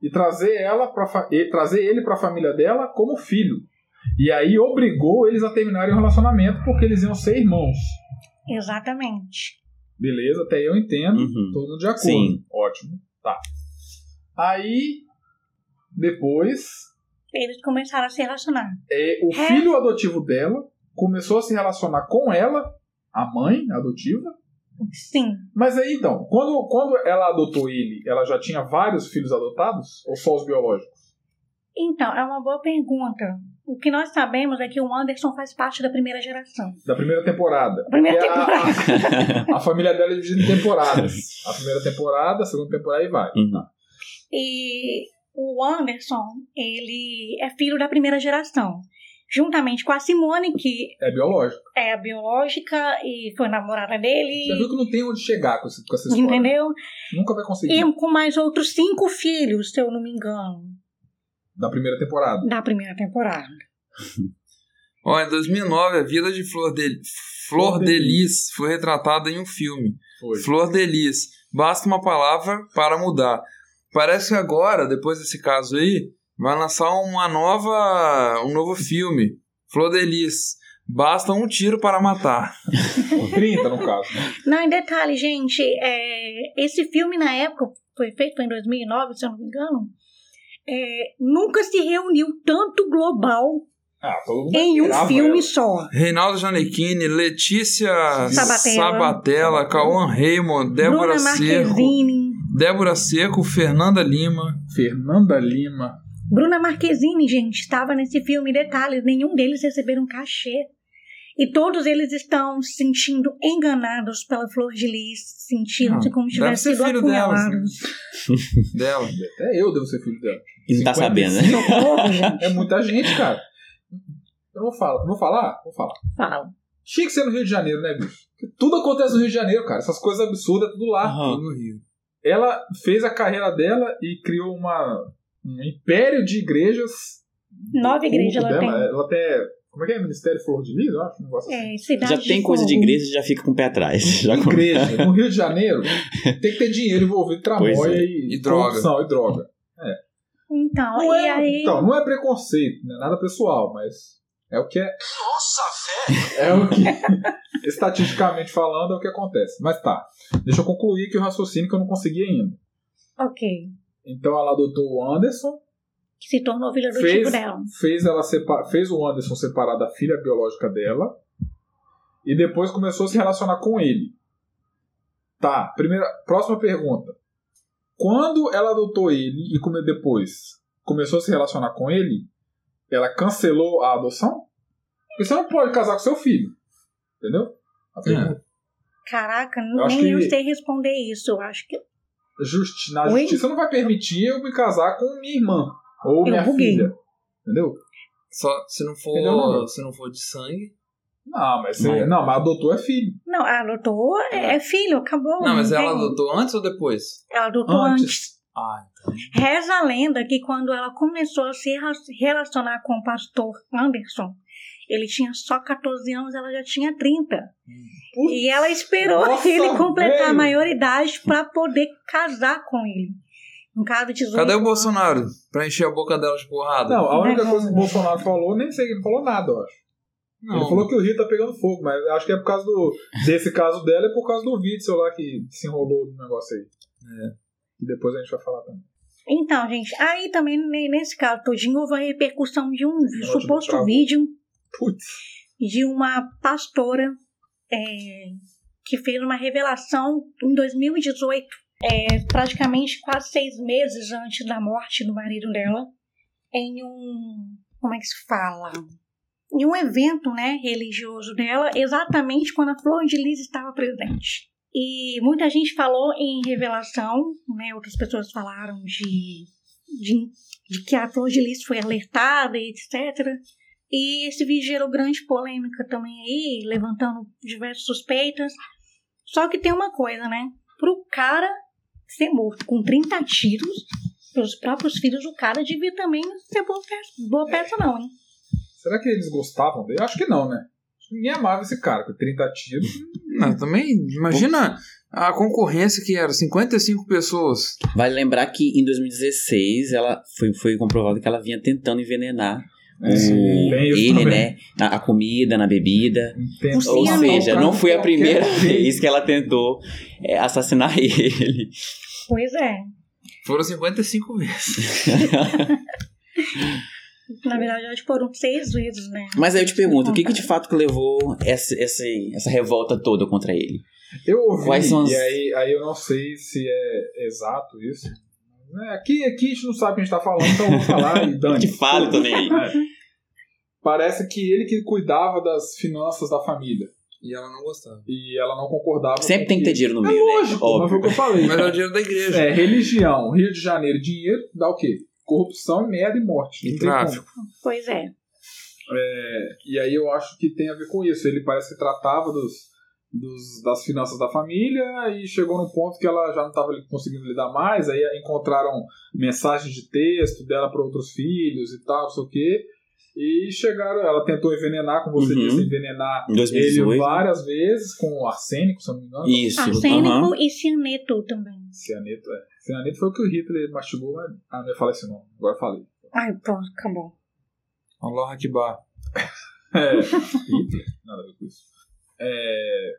S1: e trazer ela pra, fa- e trazer ele para a família dela como filho. E aí obrigou eles a terminarem o relacionamento porque eles iam ser irmãos.
S4: Exatamente.
S1: Beleza, até eu entendo.
S2: Uhum.
S1: Todo mundo de acordo.
S2: Sim.
S1: Ótimo. Tá. Aí, depois,
S4: Eles começaram a se relacionar.
S1: é, o
S4: É.
S1: filho adotivo dela começou a se relacionar com ela, a mãe adotiva.
S4: Sim.
S1: Mas aí então, quando, quando ela adotou ele, ela já tinha vários filhos adotados? Ou só os biológicos?
S4: Então, é uma boa pergunta. O que nós sabemos é que o Anderson faz parte da primeira geração.
S1: Da primeira temporada.
S4: A primeira
S1: Porque a-
S4: temporada.
S1: A, a família dela é dividida em temporadas. A primeira temporada, a segunda temporada e vai.
S2: Uhum.
S4: E o Anderson, ele é filho da primeira geração. Juntamente com a Simone, que
S1: É biológico.
S4: é a biológica e foi namorada
S1: Já
S4: dele.
S1: viu que não tem onde chegar com, esse, com essa história.
S4: Entendeu?
S1: Nunca vai conseguir.
S4: E com mais outros cinco filhos, se eu não me engano,
S1: Da primeira temporada.
S4: da primeira temporada.
S3: Ó, em 2009, a vida de Flor, de...
S1: Flor
S3: Flor
S1: de
S3: de Lis foi retratada em um filme.
S1: Foi.
S3: Flor de Lis. Basta uma palavra para mudar. Parece que agora, depois desse caso aí, vai lançar uma nova, um novo filme. Flor de Lis. Basta um tiro para matar.
S1: Com 30, no caso.
S4: Não, em detalhe, gente, é, esse filme na época, foi feito foi em 2009, se eu não me engano, é, nunca se reuniu tanto global
S1: Ah, todo mundo
S4: em um
S1: admirava
S4: filme
S1: ela.
S4: só.
S3: Reinaldo Janequini, Letícia
S4: Sabatella.
S3: Sabatella, Cauã Raymond, Débora
S4: Bruna
S3: Seco,
S4: Marquezine.
S3: Débora Seco, Fernanda Lima.
S1: Fernanda Lima.
S4: Bruna Marquezine, gente, estava nesse filme. Detalhes, nenhum deles receberam um cachê. E todos eles estão se sentindo enganados pela Flor de Lis, sentindo-se
S3: Ah,
S4: como se
S3: deve
S4: tivessem
S3: ser
S4: sido
S3: filho né? assim. delas,
S4: apunhalados.
S3: Dela.
S1: Até eu devo ser filho dela.
S2: E não tá
S1: 55.
S2: sabendo, né?
S1: É muita gente, cara. Eu não vou falar. Vou falar? Vou falar.
S4: Fala.
S1: Tinha que ser no Rio de Janeiro, né, bicho? Porque Tudo acontece no Rio de Janeiro, cara. Essas coisas absurdas, é tudo lá.
S2: Aham.
S3: No Rio.
S1: Ela fez a carreira dela e criou uma, um império de igrejas.
S4: Nove
S1: O culto
S4: igrejas ela
S1: dela,
S4: tem.
S1: Ela até. Como é que é? Ministério Flor de Lis, eu acho. Um negócio assim.
S4: É, Cidade
S2: Já tem coisa de
S4: Fogo.
S2: igreja e já fica com o pé atrás. Já com-
S1: Igreja. No Rio de Janeiro, tem que ter dinheiro envolvido, tramóia
S2: Pois é.
S1: e,
S3: E droga.
S1: corrupção e droga.
S4: Então,
S1: Não
S4: e
S1: é,
S4: aí.
S1: Então, não é preconceito, não é nada pessoal, mas é o que é. Nossa, velho! É o que, estatisticamente falando, é o que acontece. Mas tá, deixa eu concluir aqui o raciocínio que eu não consegui ainda.
S4: Ok.
S1: Então ela adotou o Anderson,
S4: Que se tornou filho do
S1: Fez-
S4: tipo dela.
S1: fez, ela sepa- fez o Anderson separar da filha biológica dela, e depois começou a se relacionar com ele. Tá, primeira, próxima pergunta. Quando ela adotou ele e come- depois começou a se relacionar com ele, ela cancelou a adoção? Porque você não pode casar com seu filho. Entendeu? A pergunta-
S4: Caraca,
S1: acho
S4: nem
S1: que-
S4: eu sei responder isso. Eu acho que.
S1: é Justi- na
S4: Oi?
S1: justiça não vai permitir eu me casar com minha irmã ou minha
S4: buguei.
S1: filha. Entendeu?
S3: Só se não for,
S1: Entendeu, mano?
S3: se não for de sangue.
S1: Não, mas, você-
S2: Mas-
S1: não, mas adotou é filho.
S4: Não, ela adotou, é, é filho, acabou.
S3: Não, mas
S4: tem-
S3: ela adotou antes ou depois?
S4: Ela adotou
S1: Antes.
S4: antes.
S3: Ah,
S4: Reza a lenda que quando ela começou a se ra- relacionar com o pastor Anderson, ele tinha só 14 anos, ela já tinha 30.
S1: Putz,
S4: E ela esperou
S1: nossa,
S4: ele completar
S1: velho.
S4: a maioridade para poder casar com ele. No caso de
S3: Cadê o
S4: anos.
S3: Bolsonaro? Pra encher a boca dela de porrada?
S1: Não, a única
S4: Não.
S1: coisa que o Bolsonaro falou, nem sei, ele não falou nada, eu acho.
S3: Não.
S1: Ele falou que o Rio tá pegando fogo, mas acho que é por causa do. Desse caso dela, é por causa do vídeo lá que se enrolou no negócio aí.
S2: É.
S1: E depois a gente vai falar também.
S4: Então, gente, aí também, ne- nesse caso todinho, houve a repercussão de um suposto
S1: travou.
S4: vídeo
S1: Putz,
S4: de uma pastora é, que fez uma revelação em 2018, é, praticamente quase seis meses antes da morte do marido dela. em um. Como é que se fala? Em um evento né, religioso dela, exatamente quando a Flor de Lis estava presente. E muita gente falou em revelação, né, outras pessoas falaram de, de, de que a Flor de Lis foi alertada e etc. E esse vídeo gerou grande polêmica também aí, levantando diversas suspeitas. Só que tem uma coisa, né? Pro cara ser morto com 30 tiros pelos próprios filhos, o cara devia também ser boa peça, boa peça não, hein?
S1: Será que eles gostavam dele? Acho que não, né? Acho que Ninguém amava esse cara, com 30 tiros.
S3: Não, também, imagina a concorrência que era, 55 pessoas.
S2: Vale lembrar que em 2016 ela foi, foi comprovado que ela vinha tentando envenenar
S1: É,
S2: o-
S1: tem isso também.
S2: ele, né? Na, a comida, na bebida.
S1: Entendo.
S4: Sim,
S2: Ou
S4: amor.
S2: seja, não foi a
S1: Qualquer
S2: primeira
S1: jeito.
S2: vez que ela tentou é, assassinar ele.
S4: Pois é.
S3: Foram 55 vezes.
S4: Na verdade, acho que foram seis vezes, né?
S2: Mas aí eu te pergunto, o que, que de fato que levou essa, essa, essa revolta toda contra ele?
S1: Eu ouvi,
S2: Quais são as-
S1: e aí, aí eu não sei se é exato isso. Né, Aqui, aqui a gente não sabe o que a gente tá falando, então eu vou falar e dane. É.
S2: Que fala também aí.
S1: Parece que ele que cuidava das finanças da família.
S3: E ela não gostava.
S1: E ela não concordava.
S2: Sempre
S1: com
S2: tem que ter dinheiro no meio,
S1: É
S2: né?
S1: lógico, mas foi
S2: Óbvio.
S1: o que eu falei.
S3: Mas é o dinheiro da igreja.
S1: É, religião, Rio de Janeiro, dinheiro dá o quê? Corrupção, merda e morte.
S3: E
S1: Não tem como.
S3: tráfico.
S4: Pois é.
S1: E aí eu acho que tem a ver com isso. Ele parece que tratava dos, dos- das finanças da família e chegou num ponto que ela já não estava conseguindo lidar mais. Aí encontraram mensagens de texto dela para outros filhos e tal, não sei o quê. E chegaram, ela tentou envenenar, como você
S2: Uhum. né?
S1: disse, envenenar
S2: Em 2018.
S1: ele várias vezes com arsênico, se eu não me engano.
S4: Ah,
S2: Isso. aham.
S4: Arsênico e cianeto também.
S1: Cianeto, é. Cianeto foi o que o Hitler mastigou, mas. Ah, não ia falar esse nome, agora eu falei.
S4: Ai, pronto, acabou.
S3: Allah Akbar.
S1: É, Hitler, nada a ver com isso. É,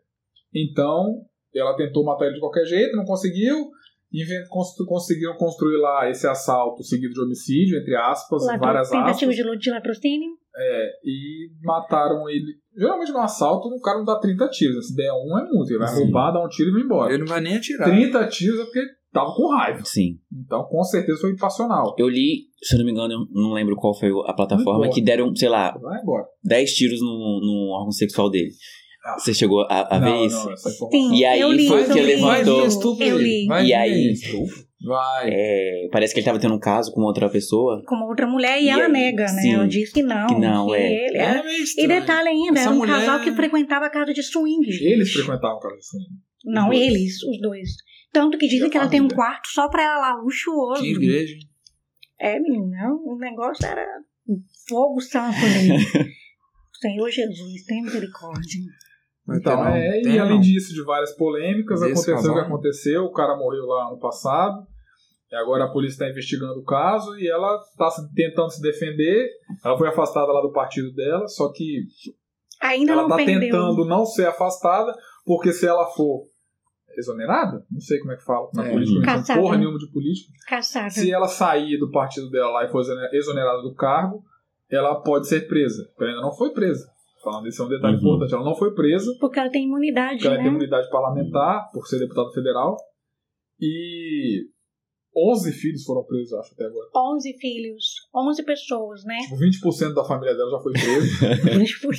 S1: então, ela tentou matar ele de qualquer jeito, não conseguiu. Invent, constru, conseguiram construir lá esse assalto seguido de homicídio, entre aspas,
S4: Ladro-
S1: várias
S4: Tentativa
S1: aspas.
S4: de, lu- de latrocínio.
S1: É, e mataram ele. Geralmente no assalto, o cara não dá 30 tiros. né? Se der um, é muito. Ele vai
S2: Sim.
S1: roubar, dar um tiro e vai embora.
S3: Ele não vai nem atirar.
S1: 30 tiros é porque tava com raiva.
S2: Sim.
S1: Então, com certeza foi passional.
S2: Eu li, se eu não me engano, eu não lembro qual foi a plataforma,
S1: Muito
S2: que deram, sei lá,
S1: Vai embora.
S2: 10 tiros no, no órgão sexual dele.
S1: Ah.
S2: Você chegou a, a
S1: não,
S2: ver isso?
S1: não, essa informação.
S4: Sim,
S2: E aí
S4: eu li
S2: foi que
S4: sobre
S2: levantou-
S4: isso.
S3: Vai ver,
S4: Eu li.
S3: é Vai
S2: E
S3: ver.
S2: aí,
S3: Vai.
S2: é, parece que ele tava tendo um caso com outra pessoa.
S4: Com uma outra mulher e,
S2: E
S4: ela
S2: aí?
S4: nega, né?
S2: Sim.
S4: Ela diz que não.
S2: Que não, é.
S4: ele era-
S3: meio
S4: E
S3: estranho.
S4: detalhe ainda,
S3: Essa
S4: era um
S3: mulher-
S4: casal que frequentava a casa de swing. gente.
S1: Eles frequentavam o cara de swing.
S4: Não,
S1: dois.
S4: eles, os dois. Tanto que dizem
S1: E a
S4: que ela tem um
S1: família.
S4: quarto só pra ela lá, luxuoso.
S3: Que igreja. hein?
S4: É, menina, o negócio era um fogo santo ali. Senhor Jesus, tem misericórdia.
S3: Vai ter
S1: Então,
S3: não.
S1: é, e
S3: Tem
S1: além
S3: não.
S1: disso, de várias polêmicas,
S3: Desse
S1: aconteceu o que
S3: casal?
S1: aconteceu, o cara morreu lá ano passado, e agora a polícia está investigando o caso e ela está tentando se defender. Ela foi afastada lá do partido dela, só que
S4: Ainda
S1: ela
S4: não
S1: está
S4: perdeu.
S1: tentando não ser afastada, porque se ela for exonerada, não sei como é que fala na
S3: É.
S1: política, eu não entendo
S4: Caçada. Uhum.
S1: porra nenhuma de política,
S4: Caçada.
S1: se ela sair do partido dela lá e for exone- exonerada do cargo, ela pode ser presa. Ela ainda não foi presa. Falando isso é um detalhe
S2: Uhum.
S1: importante, ela não foi presa.
S4: Porque ela tem imunidade,
S1: que ela
S4: né?
S1: tem imunidade parlamentar por ser deputado federal. E 11 filhos foram presos, acho, até agora.
S4: 11 filhos, 11 pessoas, né?
S1: Tipo, 20% da família dela já foi preso.
S4: 20%.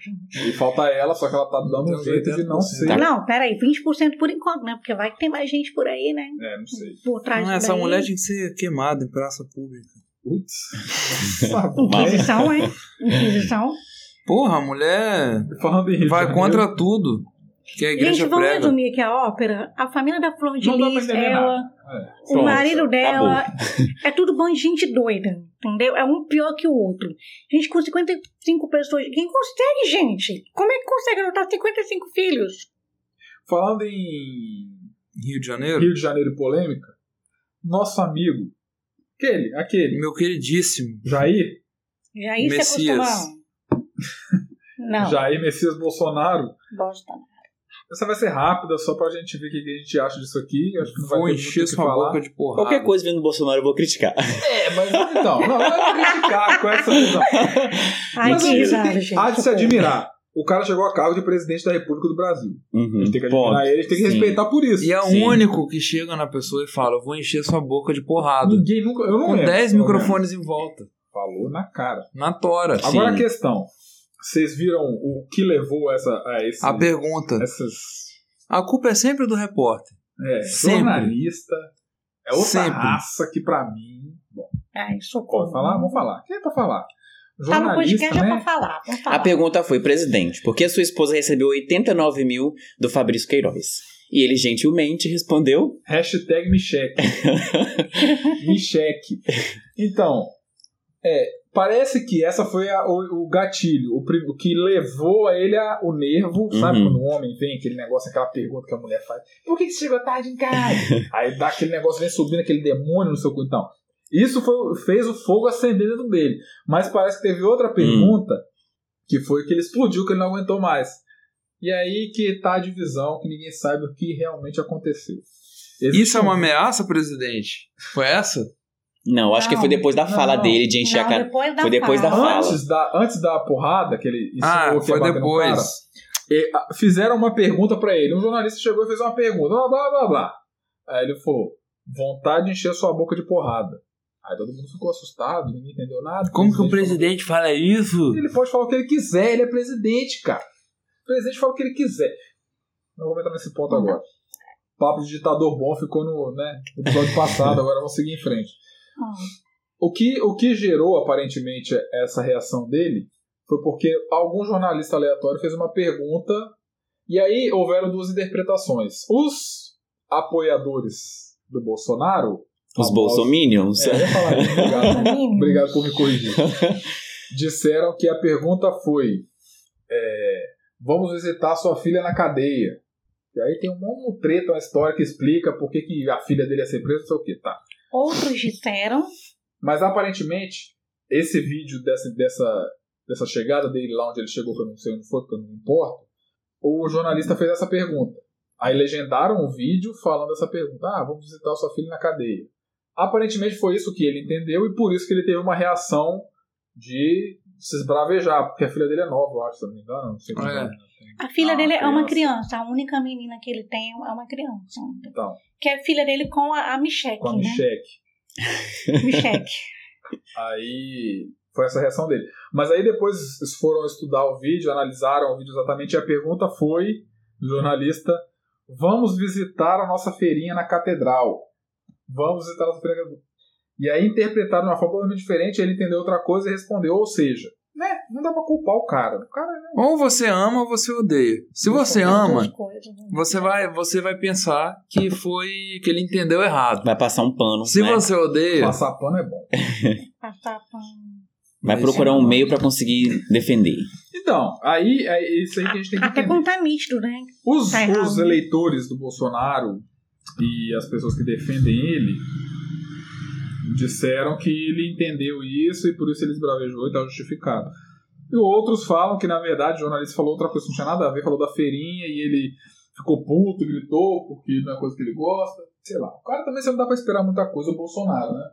S4: gente.
S1: e falta ela, só que ela tá dando um jeito de
S3: né?
S1: não ser.
S2: Tá.
S4: Não, peraí, 20% por enquanto, né? Porque vai que tem mais gente por aí, né?
S1: É, não sei.
S4: Por trás
S3: Não, essa
S4: daí.
S3: mulher é tinha que ser queimada em praça pública.
S1: Putz. Sabe, né?
S4: Inquisição, é? Inquisição.
S3: Porra, a mulher
S1: Falando em Rio de
S3: vai
S1: Janeiro,
S3: contra tudo que a igreja
S4: Gente, vamos
S3: prega.
S4: resumir aqui a ópera. A família da Flor de
S1: Não dá pra
S4: Lis,
S1: entender
S4: ela, o
S2: Pronto,
S4: marido dela, é tudo bando de gente doida, entendeu? É um pior que o outro. Gente com 55 pessoas. Quem consegue, gente? Como é que consegue adotar 55 filhos?
S1: Falando em
S3: Rio de Janeiro?
S1: Rio de Janeiro e polêmica, nosso amigo, aquele, aquele,
S3: Meu queridíssimo.
S1: Jair,
S4: Já isso
S3: Messias.
S4: é costumão. Não,
S1: Jair Messias Bolsonaro.
S4: bosta.
S1: Essa vai ser rápida, só pra gente ver o que a gente acha disso aqui. Acho que não vai
S3: Vou
S1: ter muito o
S3: encher
S1: que
S3: sua
S1: falar.
S3: boca de porrada.
S1: Ah.
S2: Qualquer coisa vendo o Bolsonaro eu vou criticar.
S1: É, mas então, não, não é criticar com essa visão.
S4: Ai,
S1: Mas
S4: que
S1: a gente
S4: risada,
S1: tem-
S4: gente.
S1: Há de se
S4: socorro.
S1: admirar. O cara chegou a cargo de presidente da República do Brasil. A gente tem que admirar
S2: Ponto.
S1: ele, a gente tem que
S2: Sim.
S1: respeitar por isso.
S3: E é o
S2: Sim.
S3: único que chega na pessoa e fala: Eu vou encher sua boca de porrada.
S1: Ninguém nunca. Eu não
S3: Com
S1: lembro.
S3: 10
S1: pelo
S3: microfones em volta.
S1: Falou na cara.
S3: Na tora.
S2: Sim.
S1: Agora a questão. Vocês viram o que levou essa, a esse,
S3: A pergunta.
S1: essas.
S3: A culpa é sempre do repórter.
S1: É,
S3: Sempre.
S1: jornalista. É outra
S3: Sempre.
S1: raça que pra mim. Bom,
S4: Ai,
S1: pode
S4: socorro.
S1: falar? Vamos falar. Quem é pra falar?
S4: Tá no podcast já
S1: né?
S4: pra falar. Vamos falar.
S2: A pergunta foi, presidente, por que a sua esposa recebeu 89 mil do Fabrício Queiroz? E ele gentilmente respondeu,
S1: Hashtag me cheque. me cheque. Então, é, parece que essa foi a- o, o gatilho, o, prim- o que levou a ele a- o nervo. Sabe
S2: Uhum.
S1: quando o homem vem, aquele negócio, aquela pergunta que a mulher faz: Por que que você chegou tarde em casa? Aí dá aquele negócio, vem subindo aquele demônio no seu cu. Então, isso foi, o- fez o fogo acender dentro dele. Mas parece que teve outra pergunta que foi que ele explodiu, que ele não aguentou mais. E aí que tá a divisão, que ninguém sabe o que realmente aconteceu. Existe
S3: Isso é uma
S1: um-
S3: ameaça, presidente? Foi essa?
S2: não, acho que
S4: Não,
S2: foi depois da
S1: não,
S2: fala dele de encher a
S4: Não,
S2: cara.
S4: depois da
S2: foi depois da
S4: fala.
S2: fala.
S1: Antes da, antes da porrada que ele ensinou
S3: Ah,
S1: que
S3: foi
S1: ia bater no cara,
S3: depois.
S1: e, ah, fizeram uma pergunta pra ele. Um jornalista chegou e fez uma pergunta, blá blá blá blá. Aí ele falou: vontade de encher sua boca de porrada. Aí todo mundo ficou assustado, ninguém entendeu nada.
S3: Como que um o
S1: presidente
S3: presidente fala isso?
S1: Ele pode falar o que ele quiser, ele é presidente, cara. O presidente fala o que ele quiser. Não vou entrar nesse ponto agora. Papo de ditador bom ficou no né, no episódio passado, agora vamos seguir em frente.
S4: Hum.
S1: O que, o que gerou, aparentemente, essa reação dele foi porque algum jornalista aleatório fez uma pergunta e aí houveram duas interpretações. Os apoiadores do Bolsonaro.
S2: Os
S1: famosos-
S2: bolsominions.
S1: Tá É, eu ia falar isso, obrigado.
S4: Mínimo.
S1: Obrigado por me corrigir. Disseram que a pergunta foi: é, vamos visitar sua filha na cadeia. E aí tem um monte de treta, uma história que explica por que, que a filha dele ia ser presa, não sei o que, tá.
S4: Outros disseram
S1: Mas aparentemente, esse vídeo dessa, dessa, dessa chegada dele lá onde ele chegou, que eu não sei onde foi, porque eu não me importo, o jornalista fez essa pergunta. Aí legendaram o vídeo falando essa pergunta: ah, vamos visitar sua filha na cadeia. Aparentemente foi isso que ele entendeu e por isso que ele teve uma reação de se esbravejar, porque a filha dele é nova, eu acho, se eu não me engano. Não sei como
S3: É.
S1: é.
S4: A filha
S1: Ah,
S4: dele é uma
S1: criança.
S4: criança, a única menina que ele tem é uma criança.
S1: Então,
S4: Que é filha dele com a, a Michelle,
S1: com a
S4: né?
S1: Michelle.
S4: Michelle.
S1: Aí foi essa reação dele. Mas aí depois eles foram estudar o vídeo, analisaram o vídeo exatamente, e a pergunta foi do jornalista: vamos visitar a nossa feirinha na catedral. Vamos visitar a nossa feirinha. na catedral." E aí interpretaram de uma forma totalmente diferente, ele entendeu outra coisa e respondeu, ou seja, né, não dá pra culpar o cara. O cara né,
S3: Ou você ama ou você odeia. Se você
S4: Duas
S3: ama,
S4: coisas, né?
S3: você vai, você vai pensar que foi que ele entendeu errado.
S2: Vai passar um pano,
S3: Se
S2: né?
S3: você odeia,
S1: passar pano é bom.
S4: Passar pano.
S2: Vai
S3: Mas
S2: procurar
S3: não.
S2: um meio pra conseguir defender.
S1: Então, aí é isso aí que a gente tem que
S4: Até
S1: entender.
S4: quando tá nítido, né?
S1: Os,
S4: Tá errado.
S1: os eleitores do Bolsonaro e as pessoas que defendem ele disseram que ele entendeu isso e por isso ele esbravejou e está justificado. E outros falam que, na verdade, o jornalista falou outra coisa que não tinha nada a ver, falou da feirinha e ele ficou puto, gritou, porque não é coisa que ele gosta. Sei lá. O cara também você não dá pra esperar muita coisa do Bolsonaro, né?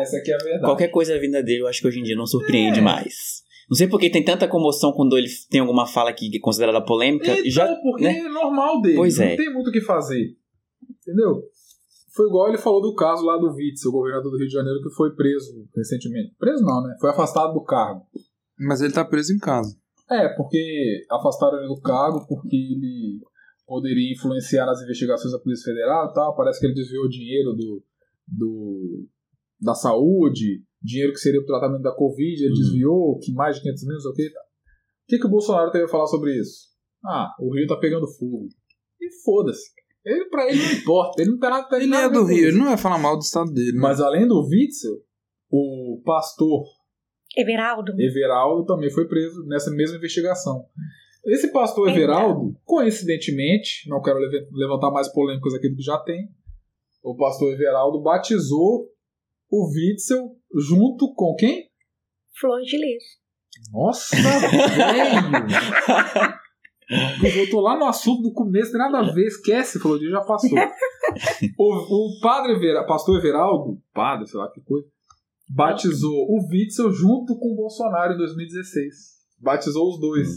S1: Essa aqui é a verdade.
S2: Qualquer coisa vinda dele, eu acho que hoje em dia não surpreende
S1: É.
S2: mais. Não sei porque tem tanta comoção quando ele tem alguma fala que é considerada polêmica.
S1: Então,
S2: e já,
S1: porque
S2: né?
S1: é normal dele.
S2: Pois
S1: não
S2: é.
S1: tem muito o que fazer. Entendeu? Foi igual ele falou do caso lá do Witz, o governador do Rio de Janeiro, que foi preso recentemente. Preso não, né? Foi afastado do cargo.
S3: mas ele tá preso em casa.
S1: É, porque afastaram ele do cargo porque ele poderia influenciar as investigações da Polícia Federal e tal. Parece que ele desviou dinheiro do, do, da saúde, dinheiro que seria para o tratamento da Covid, ele
S2: Uhum.
S1: desviou, que mais de 500 mil, não sei o que. e tal. O que, que o Bolsonaro teve a falar sobre isso? Ah, o Rio tá pegando fogo. E foda-se. Ele, pra ele não importa, ele não tá nada.
S3: Ele é do Rio, ele não vai falar mal do estado dele. Mas
S1: Mas além do Witzel, o pastor
S4: Everaldo.
S1: Everaldo também foi preso nessa mesma investigação. Esse pastor
S4: Eita.
S1: Everaldo, coincidentemente, não quero leve- levantar mais polêmicas aqui do que já tem, o pastor Everaldo batizou o Witzel junto com quem?
S4: Flor de Lis.
S1: Nossa, velho! Eu tô lá no assunto do começo, tem nada a ver, esquece, falou dia já passou. O, o padre Evera, pastor Everaldo, padre, sei lá que coisa, batizou o Witzel junto com o Bolsonaro em 2016. Batizou os dois.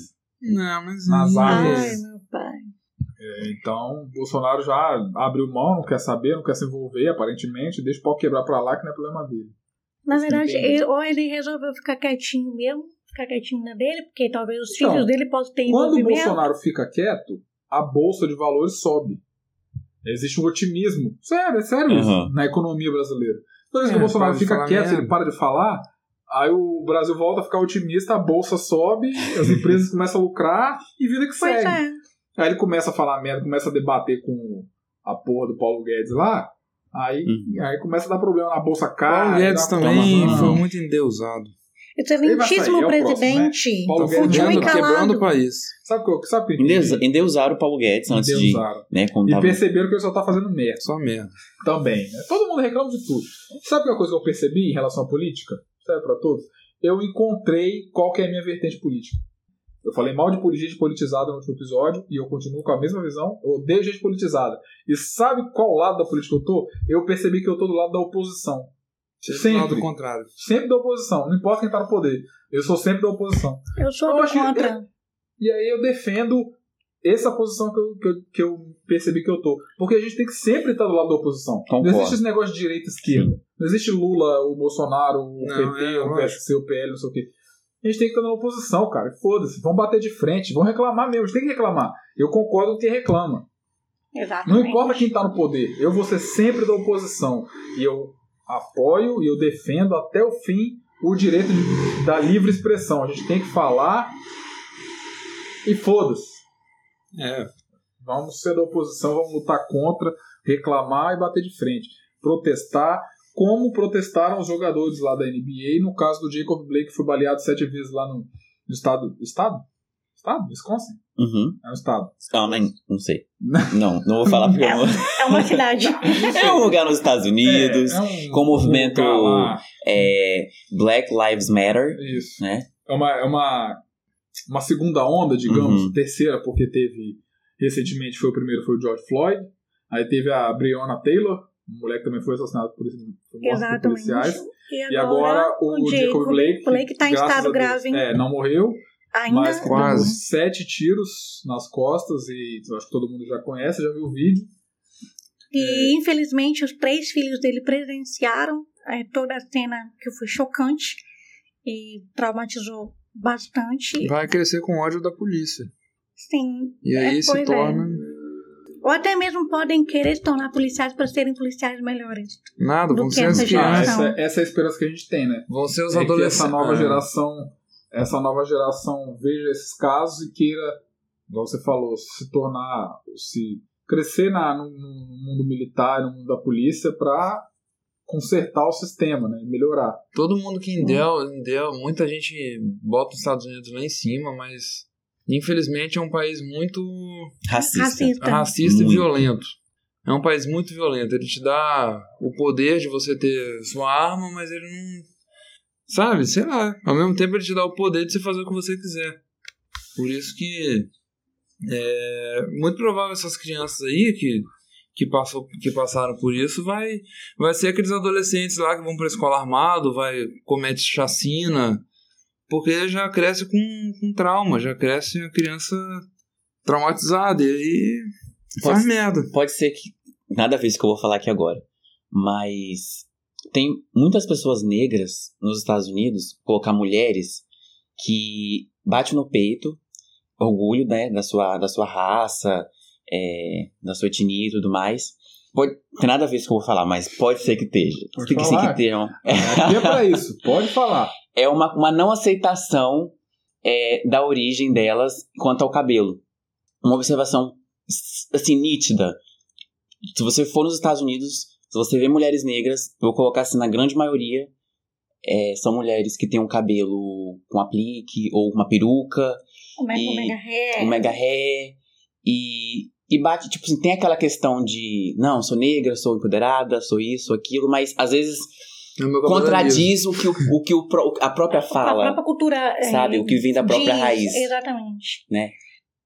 S3: Não, mas
S1: Nas águas.
S4: Ai, meu pai.
S1: Então, o Bolsonaro já abriu mão, não quer saber, não quer se envolver, aparentemente, deixa o pau quebrar pra lá que não é problema dele.
S4: Na
S2: Isso não
S4: verdade,
S2: tem
S4: ele- ou ele resolveu ficar quietinho mesmo, ficar quietinho na dele, porque talvez os
S1: Então,
S4: filhos dele possam ter
S1: Quando o
S4: envolvimento.
S1: Bolsonaro fica quieto, a bolsa de valores sobe. Existe um otimismo. Sério, é sério isso,
S2: Aham.
S1: na economia brasileira. Toda vez que
S3: É,
S1: o Bolsonaro
S3: para de
S1: fica
S3: falar
S1: quieto,
S3: merda.
S1: ele para de falar, aí o Brasil volta a ficar otimista, a bolsa sobe, as empresas começam a lucrar e vida que
S4: Pois
S1: segue.
S4: é.
S1: Aí ele começa a falar merda, começa a debater com a porra do Paulo Guedes lá. Aí,
S2: Uhum.
S1: aí começa a dar problema na bolsa cara.
S3: Paulo Guedes
S1: dá uma
S3: também
S1: reclamação.
S3: foi um muito endeusado.
S4: Esse
S1: Ele vai sair, é
S4: lentíssimo
S1: o próximo,
S4: presidente
S1: Paulo
S3: Tá
S1: Guedes
S4: continua
S3: fudendo, quebrando
S4: calado.
S3: o país.
S1: Sabe o que eu- sabe o que eu
S2: Endeus,
S1: entendi?
S2: endeusaram o Paulo Guedes antes de.
S1: Endeusaram.
S2: Né, quando
S1: E
S2: tava-
S1: perceberam que ele só tá fazendo merda.
S3: Só merda.
S1: Também. né? Todo mundo reclama de tudo. Sabe uma coisa que eu percebi em relação à política? Serve pra todos? Eu encontrei qual que é a minha vertente política. Eu falei mal de poli- gente politizada no último episódio e eu continuo com a mesma visão. Eu odeio gente politizada. E sabe qual lado da política eu tô? Eu percebi que eu tô do lado da oposição.
S3: Lá é do
S1: Sempre.
S3: contrário.
S1: Sempre da oposição. Não importa quem tá no poder. Eu sou sempre da oposição.
S4: Eu sou
S1: Eu
S4: do
S1: acho que-
S4: contra.
S1: E aí eu defendo essa posição que eu, que eu, que eu percebi que eu tô. Porque a gente tem que sempre estar do lado da oposição.
S2: Concordo.
S1: Não existe esse negócio de direita e esquerda. Não existe Lula, o Bolsonaro, o
S3: Não,
S1: PT,
S3: é,
S1: o
S3: lógico.
S1: PSC, o PL, não sei o quê. A gente tem que estar na oposição, cara. Foda-se. Vão bater de frente. Vão reclamar mesmo. A gente tem que reclamar. Eu concordo com quem reclama. Não
S4: Exatamente.
S1: importa quem tá no poder. Eu vou ser sempre da oposição. E eu apoio e eu defendo até o fim o direito de- da livre expressão. A gente tem que falar e foda-se.
S3: É.
S1: Vamos ser da oposição, vamos lutar contra, reclamar e bater de frente. Protestar, como protestaram os jogadores lá da NBA, no caso do Jacob Blake, que foi baleado sete vezes lá no, no estado. Estado? Estado? Wisconsin?
S2: Uhum.
S1: É um estado.
S2: Ah, mas não sei. Não, não vou falar porque eu não-
S4: É uma cidade.
S2: É um lugar nos Estados Unidos.
S1: É, é um
S2: com o movimento-
S1: lugar lá.
S2: É, Black Lives Matter.
S1: Isso.
S2: Né?
S1: É uma, é uma, uma segunda onda, digamos,
S2: Uhum.
S1: terceira, porque teve. Recentemente foi o primeiro, foi o George Floyd. Aí teve a Breonna Taylor, um moleque que também foi assassinado por, por morte por
S4: Exatamente.
S1: policiais.
S4: E
S1: E agora o Jacob Blake.
S4: Blake tá em
S1: graças
S4: estado
S1: a Deus,
S4: grave, hein?
S1: É, não morreu,
S4: ainda.
S1: mas que
S4: não.
S1: tomou
S3: Quase.
S1: sete tiros nas costas e eu acho que todo mundo já conhece, já viu o vídeo. É.
S4: E infelizmente os três filhos dele presenciaram eh, toda a cena que foi chocante e traumatizou bastante.
S3: Vai crescer com ódio da polícia.
S4: Sim.
S3: E
S4: É,
S3: aí
S4: pois
S3: se
S4: é.
S3: torna
S4: Ou até mesmo podem querer se tornar policiais para serem policiais melhores.
S3: nada.
S4: Do
S3: Vão
S4: que
S3: ser as
S4: essa geração.
S1: Ah,
S3: crianças.
S1: essa, essa é a esperança que a gente tem, né?
S3: Vão ser os
S1: É que essa
S3: adolescentes.
S1: nova
S3: Ah,
S1: geração, essa nova geração veja esses casos e queira, igual você falou, se tornar, se crescer na, no, no mundo militar, no mundo da polícia, pra consertar o sistema, né? Melhorar.
S3: Todo mundo que
S1: Hum.
S3: endeu, endeu, muita gente bota os Estados Unidos lá em cima, mas infelizmente é um país muito
S2: Racista.
S4: Racista.
S3: É racista
S2: Muito.
S3: e violento. É um país muito violento. Ele te dá o poder de você ter sua arma, mas ele não. Sabe? Sei lá. Ao mesmo tempo, ele te dá o poder de você fazer o que você quiser. Por isso que. É muito provável essas crianças aí que, que, passou, que passaram por isso vai, vai ser aqueles adolescentes lá que vão pra escola armado, vai comete chacina. Porque já cresce com, com trauma, já cresce a criança traumatizada. E aí Faz
S2: Pode,
S3: merda.
S2: pode ser que. Nada a ver isso que eu vou falar aqui agora. Mas tem muitas pessoas negras nos Estados Unidos, colocar mulheres, que bate no peito, orgulho né, da, sua, da sua raça, é, da sua etnia e tudo mais. Pode, tem nada a ver isso que eu vou falar, mas pode ser que esteja.
S1: Pode
S2: Tem que ser que
S1: falar?
S2: estejam.
S1: Aqui é pra isso, pode falar.
S2: é uma, uma não aceitação é, da origem delas quanto ao cabelo. Uma observação assim nítida. Se você for nos Estados Unidos, se você vê mulheres negras, eu vou colocar assim na grande maioria é, são mulheres que têm um cabelo com aplique ou uma peruca,
S4: O mega,
S2: E-
S4: é o mega ré.
S2: um mega hair e e bate, tipo assim, tem aquela questão de, não, sou negra, sou empoderada, sou isso, sou aquilo, mas às vezes
S3: No É meu cabelo liso.
S2: contradiz o que, o, o que o pró- a própria
S4: A
S2: fala.
S4: própria cultura. eh,
S2: sabe? O que vem da própria
S4: diz,
S2: raiz.
S4: Exatamente.
S2: Né?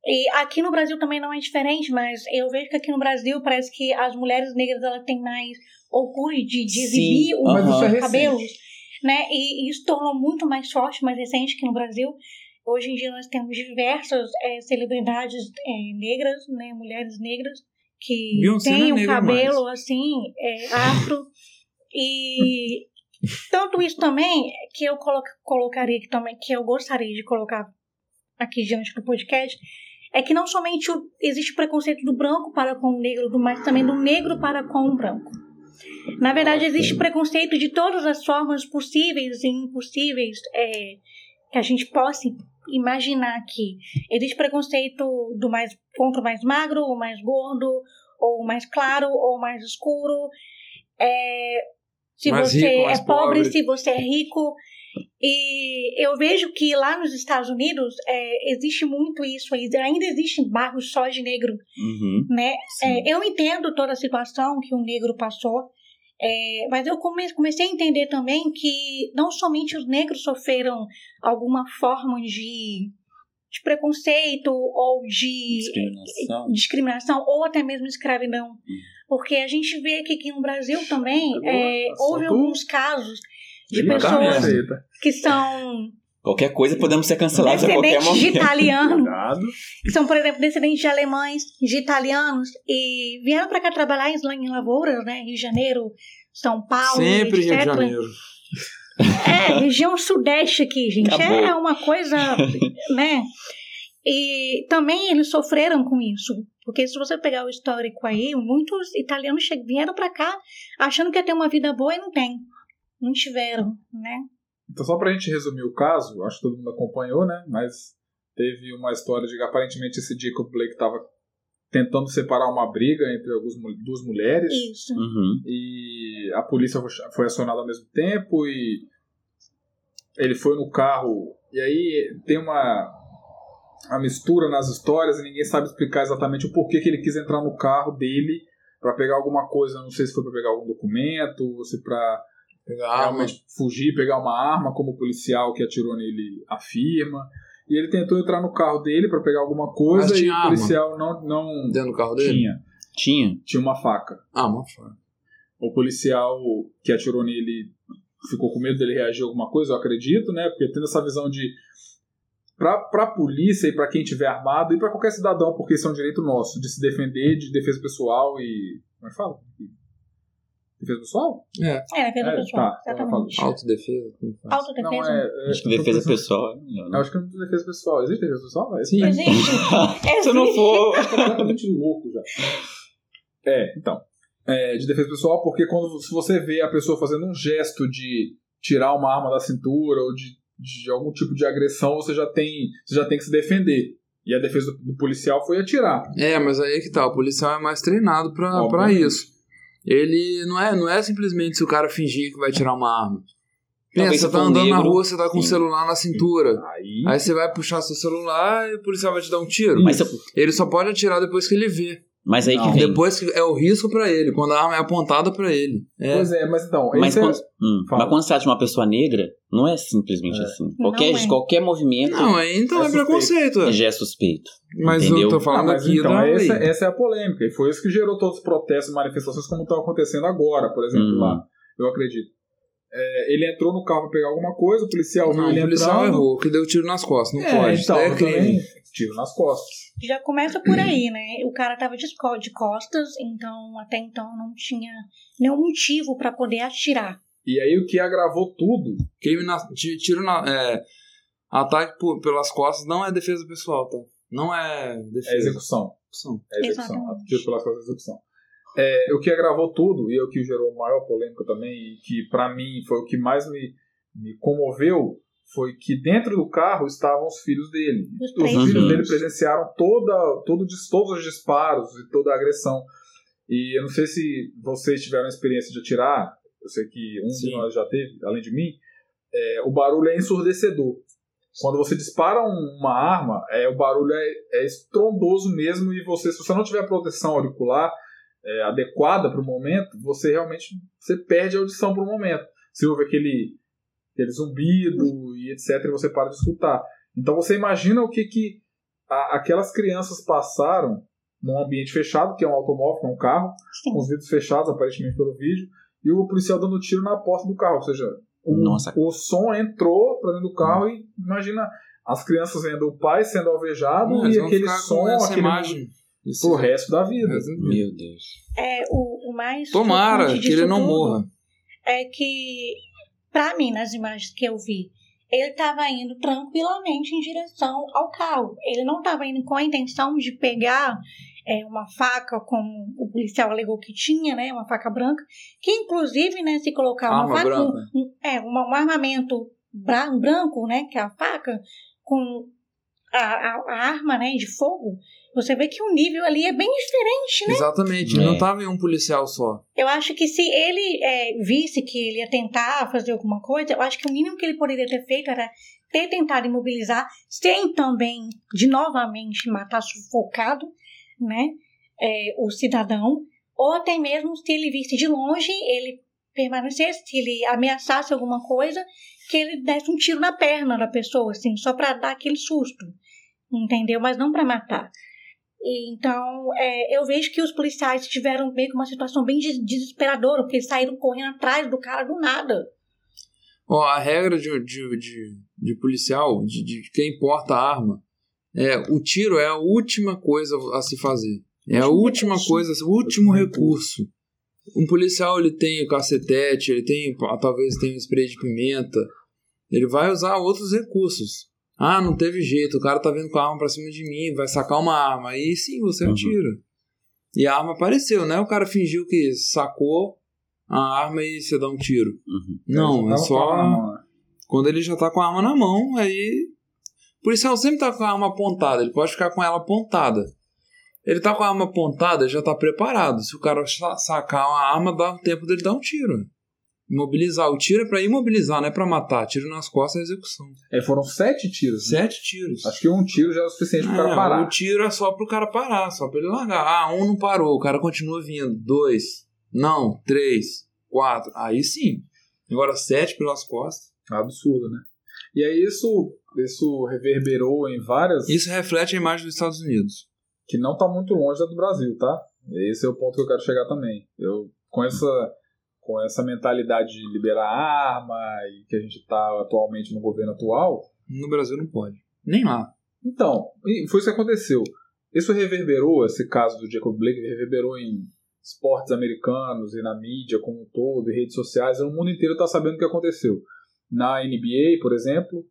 S4: E aqui no Brasil também não é diferente, mas eu vejo que aqui no Brasil parece que as mulheres negras elas têm mais orgulho de, de
S2: Sim,
S4: exibir os
S2: mas isso é
S4: seus
S1: recente.
S4: cabelos, né? E isso tornou muito mais forte, mais recente que no Brasil. Hoje em dia nós temos diversas eh, celebridades eh, negras, né? Mulheres negras que
S3: Beyoncé não
S4: têm
S3: é
S4: um
S3: negra
S4: cabelo assim eh, afro e Tanto isso também que eu colo- colocaria aqui também, que eu gostaria de colocar aqui diante do podcast, é que não somente o- existe o preconceito do branco para com o negro, mas também do negro para com o branco. Na verdade, existe preconceito de todas as formas possíveis e impossíveis é, que a gente possa imaginar aqui. Existe preconceito do mais contra o mais magro, o mais gordo, ou o mais claro, ou o mais escuro. É, se
S3: Mais
S4: você
S3: rico, mais
S4: é pobre,
S3: pobre.
S4: se você é rico. E eu vejo que lá nos Estados Unidos é, existe muito isso aí. Ainda existe bairros só de negro
S2: Uhum.
S4: né?
S2: Sim.
S4: É, eu entendo toda a situação que o negro passou, é, mas eu come- comecei a entender também que não somente os negros sofreram alguma forma de, de preconceito ou de
S2: Discriminação. Hum.
S4: discriminação ou até mesmo escravidão. Porque a gente vê que aqui no Brasil também é,
S1: Nossa,
S4: houve
S1: tu-
S4: alguns casos de
S1: Ele tá
S4: pessoas
S1: nessa aí, tá?
S4: que são
S2: Qualquer coisa podemos ser cancelados a qualquer
S4: descendentes de
S2: momento.
S4: italiano
S1: Cuidado.
S4: que são, Então, por exemplo, descendentes de alemães, de italianos, e vieram para cá trabalhar em, em lavouras, né? Rio de Janeiro, São Paulo,
S3: Sempre
S4: etc.
S3: Rio de Janeiro.
S4: É, região sudeste aqui, gente.
S1: Tá
S2: Acabou.
S4: É uma coisa, né? E também eles sofreram com isso. Porque se você pegar o histórico aí, muitos italianos che- vieram para cá achando que ia ter uma vida boa e não tem. Não tiveram, né?
S1: Então, só pra gente resumir o caso, acho que todo mundo acompanhou, né? Mas teve uma história de que aparentemente esse dia que o Blake tava tentando separar uma briga entre algumas mul- duas mulheres
S4: Isso.
S2: Uhum.
S1: e a polícia foi ch- foi acionada ao mesmo tempo e ele foi no carro e aí tem uma a mistura nas histórias e ninguém sabe explicar exatamente o porquê que ele quis entrar no carro dele pra pegar alguma coisa, não sei se foi pra pegar algum documento ou se pra
S3: Pegar arma.
S1: realmente fugir, pegar uma arma, como o policial que atirou nele afirma. E ele tentou entrar no carro dele para pegar alguma coisa
S3: Mas
S1: e
S3: tinha
S1: o
S3: arma.
S1: policial não, não
S3: Dentro do carro dele?
S1: tinha.
S2: Tinha.
S1: Tinha uma faca.
S3: Ah, uma foda.
S1: O policial que atirou nele ficou com medo dele reagir a alguma coisa, eu acredito, né? Porque tendo essa visão de. Pra, pra polícia e pra quem tiver armado e pra qualquer cidadão, porque isso é um direito nosso, de se defender, de defesa pessoal e. Como é que fala? Defesa pessoal?
S4: É, pelo
S1: É,
S4: pessoal.
S1: tá, então eu falo.
S4: exatamente.
S3: Autodefesa? como faz?
S1: Não,
S4: Autodefesa.
S1: é. é
S2: Acho que defesa
S1: pessoal.
S2: pessoal é melhor,
S1: Eu
S2: né?
S1: acho que não tem defesa pessoal. Existe defesa pessoal? É velho?
S3: Sim.
S4: Existe.
S3: É.
S2: Se eu não for.
S1: tá completamente louco já. É, então. É, de defesa pessoal, porque quando se você vê a pessoa fazendo um gesto de tirar uma arma da cintura ou de, de algum tipo de agressão, você já tem, você já tem que se defender. E a defesa do, do policial foi atirar.
S3: É, mas aí que tá, o policial é mais treinado pra,
S1: Óbvio.
S3: pra isso. Ele não é, não é simplesmente se o cara fingir que vai tirar uma arma. Pensa,
S2: Talvez
S3: você
S2: se
S3: tá
S2: for um
S3: andando na
S2: negro,
S3: rua, você tá com o
S2: sim.
S3: celular na cintura.
S1: Aí,
S3: Aí você vai puxar seu celular e o policial vai te dar um tiro.
S2: Mas,
S3: Ele só pode atirar depois que ele vê.
S2: mas aí
S1: Não.
S2: que vem.
S3: Depois que é o risco pra ele, quando a arma é apontada pra ele. É.
S1: Pois é, mas então.
S2: Mas
S1: esse é-
S2: quando, hum,
S1: Fala.
S2: mas quando se trata de uma pessoa negra, não é simplesmente assim.
S4: Não
S2: Qualquer,
S4: é.
S2: qualquer movimento
S3: Não, aí então
S1: É
S3: é, preconceito. é.
S2: já é suspeito.
S3: Mas eu
S2: Entendeu?
S3: tô
S1: Ah,
S3: falando
S1: mas
S3: aqui
S1: então,
S3: da
S1: essa,
S3: lei.
S1: essa é a polêmica. E foi isso que gerou todos os protestos e manifestações como estão acontecendo agora, por exemplo,
S3: Hum.
S2: Uhum.
S1: lá. Eu acredito. É, ele entrou no carro pra pegar alguma coisa, é o policial viu
S3: Não, o
S1: ele
S3: policial
S1: entrando.
S3: errou, que deu tiro nas costas, não
S1: É,
S3: pode.
S1: então,
S3: é crime.
S1: também tiro nas costas.
S4: Já começa por aí, né? O cara tava de esco- de costas, então até então não tinha nenhum motivo pra poder atirar.
S1: E aí o que agravou tudo,
S3: Crime na, ti- tiro na. é, ataque por- pelas costas não é defesa pessoal, tá? Não é
S1: é a
S3: defesa.
S1: execução.
S3: São.
S1: É a execução.
S4: Exatamente.
S1: Tiro pelas costas é a execução. É, o que agravou tudo, e é o que gerou maior polêmica também, e que pra mim foi o que mais me, me comoveu, foi que dentro do carro estavam os filhos dele.
S4: Os
S1: Os
S4: três
S1: filhos
S2: Uhum.
S1: dele presenciaram toda, todo, o dis- todos os disparos e toda a agressão. E eu não sei se vocês tiveram a experiência de atirar, eu sei que um de
S3: Sim.
S1: nós já teve, além de mim, é, o barulho é ensurdecedor. Quando você dispara um- uma arma, é, o barulho é, é estrondoso mesmo e você, se você não tiver proteção auricular é, adequada para o momento, você realmente você perde a audição para o momento. Você ouve aquele, aquele zumbido e etc e você para de escutar. Então você imagina o que, que a- aquelas crianças passaram num ambiente fechado, que é um automóvel, que é um carro,
S4: Sim.
S1: com os vidros fechados, aparentemente pelo vídeo, e o policial dando tiro na porta do carro. Ou seja, o,
S2: Nossa.
S1: o som entrou pra dentro do carro e imagina as crianças vendo o pai sendo alvejado
S3: Não, eles
S1: e
S3: vão
S1: aquele
S3: ficar com
S1: som,
S3: essa
S1: aquele
S3: imagem. É, Esse-
S1: pro resto da vida.
S2: Meu Deus.
S4: É, o, o mais.
S3: Tomara
S4: chocante
S3: que
S4: disso
S3: ele não
S4: tudo
S3: morra.
S4: É que Para mim, nas imagens que eu vi, ele estava indo tranquilamente em direção ao carro. Ele não estava indo com a intenção de pegar é, uma faca, como o policial alegou que tinha, né? Uma faca branca, que inclusive, né, se colocar uma
S3: Arma
S4: faca,
S3: branca.
S4: um- é, uma- um armamento bra- branco, né, que é a faca, com a, a- a arma, né, de fogo, você vê que o nível ali é bem diferente, né?
S3: Exatamente.
S2: É.
S3: Não tava em um policial só.
S4: Eu acho que se ele é, visse que ele ia tentar fazer alguma coisa, eu acho que o mínimo que ele poderia ter feito era ter tentado imobilizar, sem também de novamente matar sufocado, né, é, o cidadão, ou até mesmo se ele visse de longe, ele permanecesse, se ele ameaçasse alguma coisa, que ele desse um tiro na perna da pessoa, assim, só para dar aquele susto, entendeu? Mas não para matar. E, Então, é, eu vejo que os policiais tiveram meio que uma situação bem des- desesperadora, porque eles saíram correndo atrás do cara do nada.
S3: Ó, a regra de, de, de, de policial, de, de quem porta a arma, é o tiro é a última coisa a se fazer. É a
S4: Último
S3: última
S4: recurso.
S3: coisa, o último
S1: Último
S3: recurso. Um policial ele tem cacetete, ele tem ah, talvez tenha um spray de pimenta. Ele vai usar outros recursos. Ah, não teve jeito, o cara tá vindo com a arma pra cima de mim, vai sacar uma arma. Aí sim, você
S2: Uhum.
S3: atira. E a arma apareceu, né? O cara fingiu que sacou a arma e você dá um tiro.
S2: Uhum.
S3: Não, é
S1: Tava com a arma na
S3: só
S1: mão, né?
S3: quando ele já tá com a arma na mão, aí. O policial sempre tá com a arma apontada, ele pode ficar com ela apontada. Ele tá com a arma apontada, ele já tá preparado. Se o cara sa- sacar uma arma, dá tempo dele dar um tiro. Imobilizar. O tiro é pra imobilizar, não é pra matar. Tiro nas costas é execução.
S1: É, foram sete tiros. né?
S3: Sete tiros.
S1: Acho que um tiro já é o suficiente pro cara
S3: É,
S1: parar.
S3: O tiro é só pro cara parar, só pra ele largar. Ah, um não parou, o cara continua vindo. Dois. Não, três, quatro. Aí sim. Agora sete pelas costas.
S1: Absurdo, né? E aí isso, isso reverberou em várias
S3: Isso reflete a imagem dos Estados Unidos.
S1: que não tá muito longe da do Brasil, tá? Esse é o ponto que eu quero chegar também. Eu com essa com essa mentalidade de liberar arma e que a gente tá atualmente no governo atual,
S3: No Brasil não pode. Nem lá.
S1: Então, e foi isso que aconteceu. Isso reverberou, esse caso do Jacob Blake reverberou em esportes americanos e na mídia como um todo, e redes sociais, e o mundo inteiro está sabendo o que aconteceu. Na NBA, por exemplo,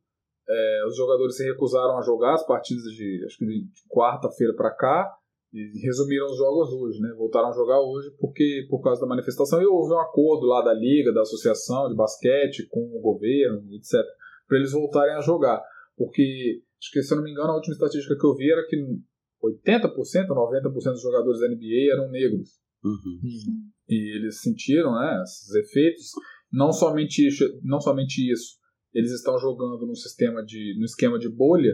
S1: eh, os jogadores se recusaram a jogar as partidas de, acho que de quarta-feira para cá, e resumiram os jogos hoje, né? Voltaram a jogar hoje porque por causa da manifestação e houve um acordo lá da liga, da associação de basquete com o governo, etc, para eles voltarem a jogar, porque acho que se eu não me engano a última estatística que eu vi era que 80% ou 90% dos jogadores da NBA eram negros
S2: Uhum.
S1: e eles sentiram né, esses efeitos. Não somente isso, não somente isso, eles estão jogando no sistema de, no esquema de bolha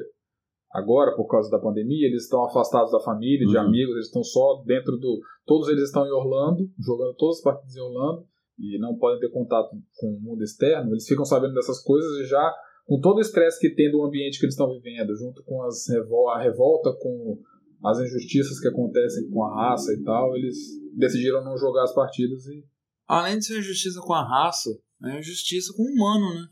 S1: agora por causa da pandemia. Eles estão afastados da família, de
S2: Uhum.
S1: amigos. Eles estão só dentro do. Todos eles estão em Orlando, jogando todas as partidas em Orlando e não podem ter contato com o mundo externo. Eles ficam sabendo dessas coisas e já com todo o estresse que tem do ambiente que eles estão vivendo, junto com as revol a revolta com as injustiças que acontecem com a raça e tal, eles decidiram não jogar as partidas e
S3: Além de ser injustiça com a raça, é injustiça com o humano, né?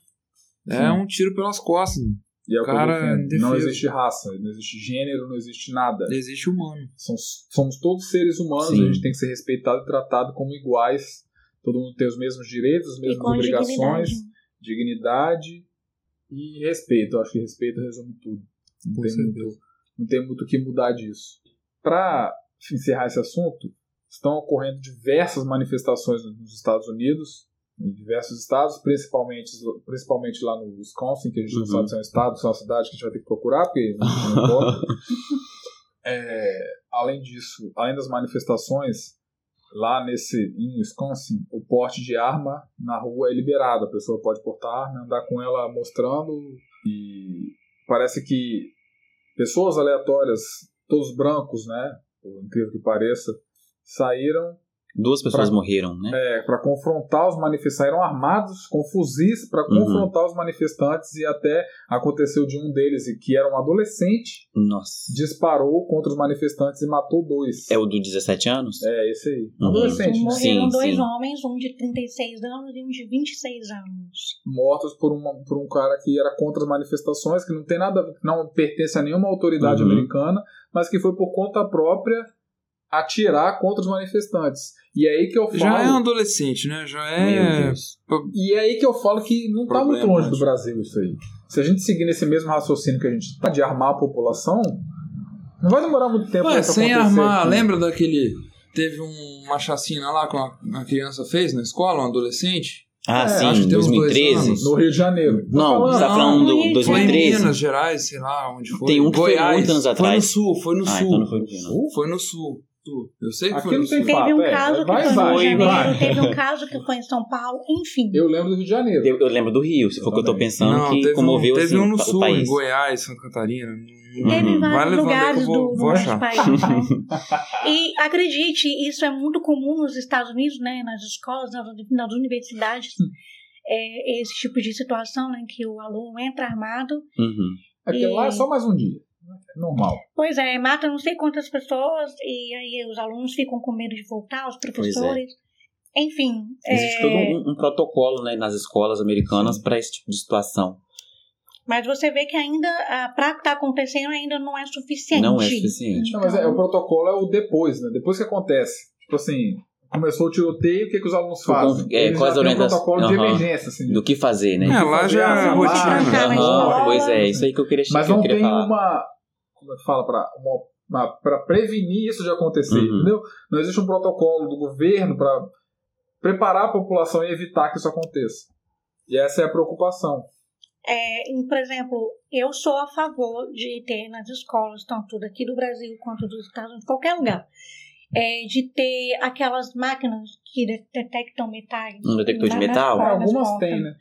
S3: É um tiro pelas costas.
S1: E é o
S3: Cara,
S1: que eu defendo. Não
S3: defesa.
S1: existe raça, não existe gênero, não existe nada.
S3: Existe humano.
S1: São- somos todos seres humanos,
S2: Sim.
S1: a gente tem que ser respeitado e tratado como iguais. Todo mundo tem os mesmos direitos, as
S4: E
S1: mesmas
S4: com
S1: obrigações,
S4: dignidade.
S1: dignidade e respeito. Eu acho que respeito resume tudo. Não
S3: Com
S1: tem, muito, não tem muito o que mudar disso. Para encerrar esse assunto, estão ocorrendo diversas manifestações nos Estados Unidos, em diversos estados, principalmente, principalmente lá no Wisconsin, que a gente não
S2: Uhum.
S1: sabe se é um estado, se é uma cidade que a gente vai ter que procurar, porque não importa. É, além disso, além das manifestações, lá nesse em Wisconsin, o porte de arma na rua é liberado. A pessoa pode portar arma, andar com ela mostrando e parece que pessoas aleatórias, todos brancos, né, por incrível que pareça, saíram
S2: Duas pessoas
S1: Pra-
S2: morreram, né?
S1: é, para confrontar os manifestantes, saíram armados com fuzis para
S2: Uhum.
S1: confrontar os manifestantes e até aconteceu de um deles e que era um adolescente
S2: Nossa.
S1: disparou contra os manifestantes e matou dois.
S2: É o do 17 anos?
S1: É, esse aí.
S2: Uhum.
S1: Adolescente, né?
S4: Morreram
S2: Sim,
S4: dois
S2: sim.
S4: homens, um de 36 anos e um de 26 anos.
S1: mortos por, uma, por um cara que era contra as manifestações, que não tem nada, não pertence a nenhuma autoridade
S2: Uhum.
S1: americana, mas que foi por conta própria atirar contra os manifestantes. E é aí que eu falo.
S3: Já é um adolescente, né? Já
S2: Meu
S3: é.
S2: Deus.
S1: E é aí que eu falo que não está muito
S3: Problema,
S1: longe
S3: né?
S1: do Brasil isso aí. Se a gente seguir nesse mesmo raciocínio que a gente tá de armar a população, não vai demorar muito tempo né, pra
S3: Ué,
S1: isso
S3: sem
S1: acontecer
S3: armar,
S1: aqui.
S3: lembra daquele. Teve um- uma chacina lá que uma, uma criança fez na escola, um adolescente?
S2: Ah,
S1: É,
S2: sim,
S3: acho que tem uns dois
S2: 2013.
S3: anos.
S1: No Rio de Janeiro. Tô
S2: Não,
S1: falando,
S2: você tá
S3: não,
S2: falando
S4: não
S2: do
S4: é isso.
S3: Foi em
S2: 2013?
S3: Minas Gerais, sei lá, onde foi.
S2: Tem um que foi
S3: Goiás.
S2: muito anos
S3: Foi no
S2: atrás.
S3: sul, foi no
S2: Ah,
S3: sul.
S2: então não foi no Rio, não.
S3: Foi no sul. Eu sei que
S1: Aqui
S3: foi no
S1: não tem
S3: sul.
S1: De fato,
S4: Teve um
S1: é,
S4: caso que
S1: vai,
S4: foi no
S1: vai,
S4: Rio de
S1: vai.
S4: Janeiro, teve um caso que foi em São Paulo, enfim.
S1: Eu lembro do Rio de Janeiro.
S2: Eu, eu lembro do Rio, se for o que eu tô
S1: Também.
S2: pensando, que
S3: teve,
S2: comoveu
S3: um, teve
S2: assim,
S3: um no
S2: o
S3: sul, em
S2: país.
S3: Goiás, Santa Catarina.
S1: É,
S4: Teve
S2: Uhum.
S3: Vai levando
S4: vários
S3: aí que
S4: lugares
S3: eu vou-
S4: do
S3: vou
S4: nosso
S3: achar.
S4: país. né? e acredite, isso é muito comum nos Estados Unidos, né? Nas escolas, nas, nas universidades.
S3: Hum.
S4: É, esse tipo de situação, né? Que o aluno entra armado.
S2: Uhum.
S1: É porque
S4: E-
S1: lá é só mais um dia. É normal.
S4: Pois é, mata não sei quantas pessoas. E aí os alunos ficam com medo de voltar, os
S3: é.
S4: professores. Enfim.
S2: Existe
S4: é,
S2: todo um, um protocolo né, nas escolas americanas para esse tipo de situação.
S4: Mas você vê que ainda, a pra que tá acontecendo, ainda não é suficiente.
S2: Não é suficiente.
S1: Não, mas é, o protocolo é o depois, né? Depois que acontece. Tipo assim, começou o tiroteio, o que, que os alunos fazem?
S2: É,
S1: Eles
S2: quais
S1: já têm um
S2: orienta-
S1: protocolo de
S2: Aham.
S1: emergência, assim.
S2: Do que fazer, né?
S3: É, lá já é
S1: Ah,
S3: rotina.
S4: lá,
S2: Aham,
S4: escola.
S2: pois é, isso aí que eu queria,
S1: Mas
S2: que
S1: não
S2: eu queria
S1: tem
S2: falar.
S1: uma. Como é que fala? Pra, uma, uma- pra prevenir isso de acontecer,
S2: Uhum.
S1: entendeu? Não existe um protocolo do governo pra preparar a população e evitar que isso aconteça. E essa é a preocupação.
S4: É, em, por exemplo, eu sou a favor de ter nas escolas, tanto daqui do Brasil quanto dos Estados Unidos, qualquer lugar, é, de ter aquelas máquinas que de- detectam metais.
S2: Um detector de
S4: na- nas
S2: metal?
S4: portas, nas
S1: Algumas
S4: portas.
S1: têm, né?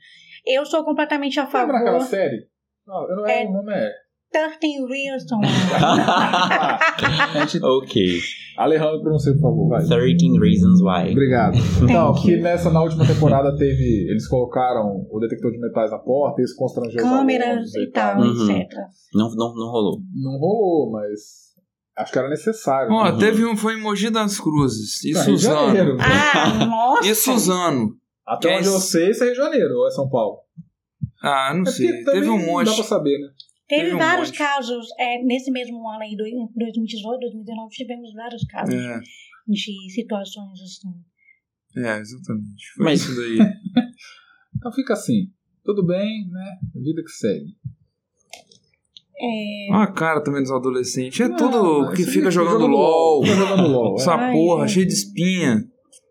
S4: Eu sou completamente a
S1: Lembra naquela
S4: favor.
S1: série? Não, eu não é,
S4: É.
S1: o nome é.
S4: 13 Reason.
S1: Ah, a gente-
S2: ok.
S1: Alejandro, pronuncia, por favor. Vai.
S2: 13 Reasons Why.
S1: Obrigado.
S4: Thank
S1: Então,
S4: you.
S1: que nessa na última temporada teve. Eles colocaram o detector de metais na porta, isso constrangeu os
S4: câmeras
S1: alunos
S4: e tal,
S2: Uhum.
S4: etc.
S2: Não, não, não rolou.
S1: Não rolou, mas acho que era necessário.
S3: Ó,
S1: né?
S3: teve um, foi em Mogi das Cruzes. E
S1: Tá, Rio de
S3: Suzano.
S1: Janeiro.
S2: Uhum.
S4: Ah, nossa!
S3: E Suzano.
S1: Até onde eu
S3: Quem-
S1: sei, isso é Rio de Janeiro ou é São Paulo?
S3: Ah, não
S1: É porque
S3: sei. Teve
S1: também
S3: um monte.
S1: Não dá pra saber, né?
S4: Teve
S3: Teve um
S4: vários
S3: monte.
S4: casos, é, nesse mesmo ano aí, do- em 2018, 2019, tivemos vários casos
S3: É,
S4: de situações assim.
S3: é, exatamente. Foi
S2: Mas-
S3: isso daí.
S1: Então fica assim. Tudo bem, né? Vida que segue.
S4: É,
S3: Olha a cara também dos adolescentes. É
S1: Não,
S3: tudo que
S1: isso
S3: fica
S1: aí,
S3: jogando LOL.
S1: Fica jogando LOL. é.
S3: Essa
S4: Ai,
S3: porra,
S4: gente.
S3: cheio de espinha.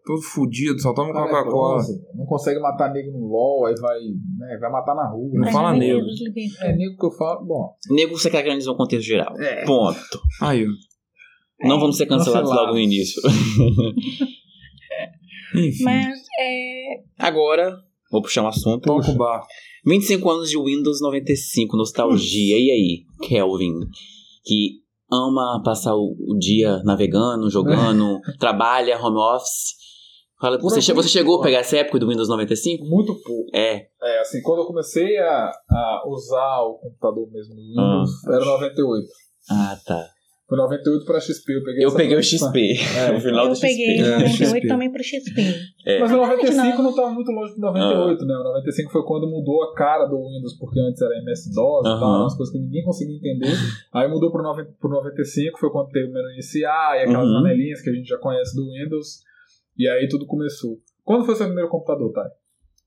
S3: Todo fudido, só toma
S1: Cara, é
S3: Coca-Cola.
S1: bronze, Não consegue matar nego no LOL, aí vai, né, vai matar na rua.
S3: Não
S1: né?
S3: fala
S4: mas
S3: nele.
S4: Deus libertou.
S1: É nego que eu falo. Bom,
S2: Nego secretarianismo no contexto geral.
S1: É.
S2: Ponto.
S3: Aí, ó.
S2: Não vamos ser cancelados
S1: Cancelados.
S2: logo no início.
S3: Enfim,
S4: Mas é,
S2: Agora, vou puxar um assunto.
S3: toca o barco.
S2: 25 anos de Windows 95, nostalgia. E aí, Kelvin, que ama passar o o dia navegando, jogando, trabalha, home office. Fala,
S1: Por
S2: você, che-
S1: algum-
S2: você chegou a pegar essa época do Windows 95?
S1: muito pouco.
S2: É.
S1: É, assim, quando eu comecei a, a usar o computador mesmo no Windows, era 98.
S2: Ah, tá.
S1: Foi 98 pra XP, eu peguei
S2: Eu
S1: essa
S2: peguei o
S1: versão.
S2: XP.
S1: É.
S2: o final
S4: eu
S2: do
S4: peguei
S2: XP.
S4: um
S3: É,
S4: de 98
S3: XP.
S4: também pro XP.
S2: É.
S1: Mas o 95
S4: Não.
S1: não tava muito longe do 98,
S2: Ah.
S1: né? O 95 foi quando mudou a cara do Windows, porque antes era MS-DOS e
S2: Aham.
S1: tal, eram umas coisas que ninguém conseguia entender. Aí mudou pro, 90, pro 95, foi quando teve o menu iniciar e aquelas
S2: Uhum.
S1: panelinhas que a gente já conhece do Windows. E aí tudo começou. Quando foi seu primeiro computador, Thay?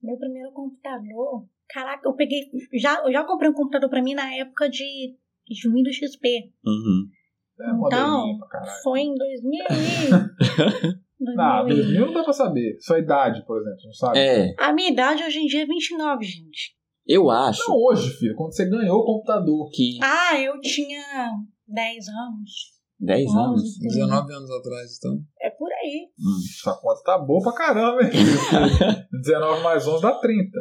S4: Meu primeiro computador, caraca, eu peguei. Já, eu já comprei um computador pra mim na época de, de Windows XP.
S2: Uhum.
S1: É uma
S4: Então,
S1: dorinha pra caralho.
S4: Foi em 2000. e-
S1: Ah,
S4: 2000 e-
S1: 2000 não dá pra saber. Sua idade, por exemplo, não sabe?
S2: É.
S4: A minha idade hoje em dia é 29, gente.
S2: Eu acho
S1: Não hoje, filho, quando você ganhou o computador.
S2: que
S4: Ah, eu tinha 10 anos.
S2: 10 anos.
S4: 11, por aí.
S3: 19 anos atrás, então.
S4: É por aí.
S1: Essa conta tá boa pra caramba, hein? filho? 19 mais 11 dá 30.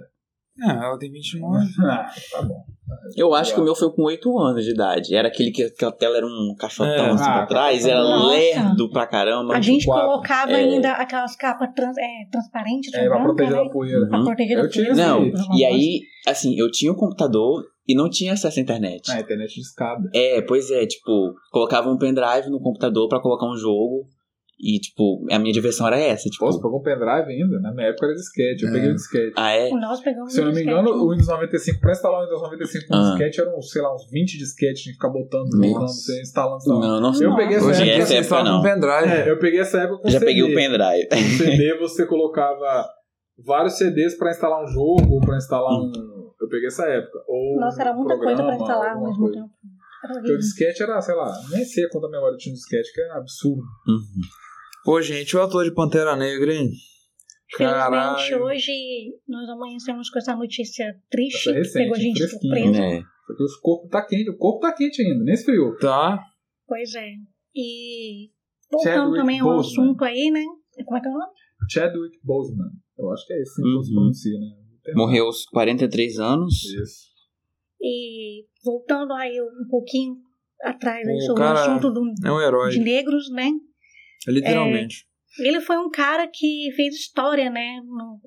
S3: É, ela tem 29.
S1: Ah, tá bom.
S2: Eu acho que o meu foi com 8 anos de idade. Era aquele que que a tela era um cachotão
S3: É.
S2: assim
S1: Ah,
S2: pra trás, era
S4: nossa.
S2: lerdo pra caramba.
S4: a gente
S1: 24.
S4: colocava
S2: É.
S4: ainda aquelas capas trans, é, transparentes.
S1: É, pra
S4: branca,
S1: proteger
S4: né?
S1: da poeira.
S2: Uhum.
S4: Pra proteger
S1: Eu
S4: da
S1: tinha
S4: poeira.
S2: Não,
S1: Sim.
S2: e aí, assim, eu tinha um computador e não tinha acesso à internet.
S1: Ah, internet de escada.
S2: É, pois é, tipo, colocava um pendrive no computador pra colocar um jogo E, tipo, a minha diversão era essa. Tipo,
S1: Pô, você pagou um pendrive ainda? Na minha época era disquete, eu
S3: É.
S1: peguei o disquete.
S2: ah, é?
S4: Nós pegamos
S1: Se eu não me
S4: disquete.
S1: engano, o Windows 95, pra instalar o Windows 95 com
S2: Ah.
S1: disquete, eram, sei lá, uns 20 disquetes, tinha que ficar botando,
S2: Nossa.
S1: botando, você instalando. instalando.
S2: Não, não
S1: Eu peguei essa
S3: Hoje em
S1: época.
S3: dia
S2: Essa
S3: você
S2: época
S3: instala
S2: não.
S3: no pendrive.
S1: É, eu peguei essa época com
S2: Já
S1: CD.
S2: peguei o pendrive.
S1: Com CD você colocava vários CDs pra instalar um jogo, pra instalar um. Eu peguei essa época. Ou
S4: Nossa, era
S1: um
S4: muita coisa pra
S1: programa,
S4: instalar ao
S1: alguma
S4: mesmo
S1: coisa.
S4: tempo. Era
S1: Porque o
S4: horrível.
S1: disquete era, sei lá, nem sei quanta memória tinha um disquete, que era absurdo.
S2: Uhum.
S3: Pô, gente, o ator de Pantera Negra, hein?
S4: Felizmente,
S3: Caralho.
S4: hoje nós amanhecemos com essa notícia triste
S1: Essa é
S4: que pegou a
S1: recente,
S4: gente de
S1: fresquinha. né?
S4: surpresa.
S2: É.
S1: Porque o corpo tá quente, o corpo tá quente ainda, nem esfriou.
S3: Tá.
S4: Pois é. E voltando
S1: Chadwick
S4: também ao
S1: Boseman.
S4: assunto aí, né? Como é que é o nome?
S1: Chadwick Boseman. Eu acho que é esse que
S2: Uhum.
S1: se pronuncia, né?
S2: Morreu aos 43 anos.
S1: Isso.
S4: E voltando aí um pouquinho atrás
S3: O
S4: aí, sobre
S3: cara-
S4: o assunto do-
S3: É um herói. É
S4: de negros, né?
S3: Literalmente.
S4: Ele foi um cara que fez história, né? no-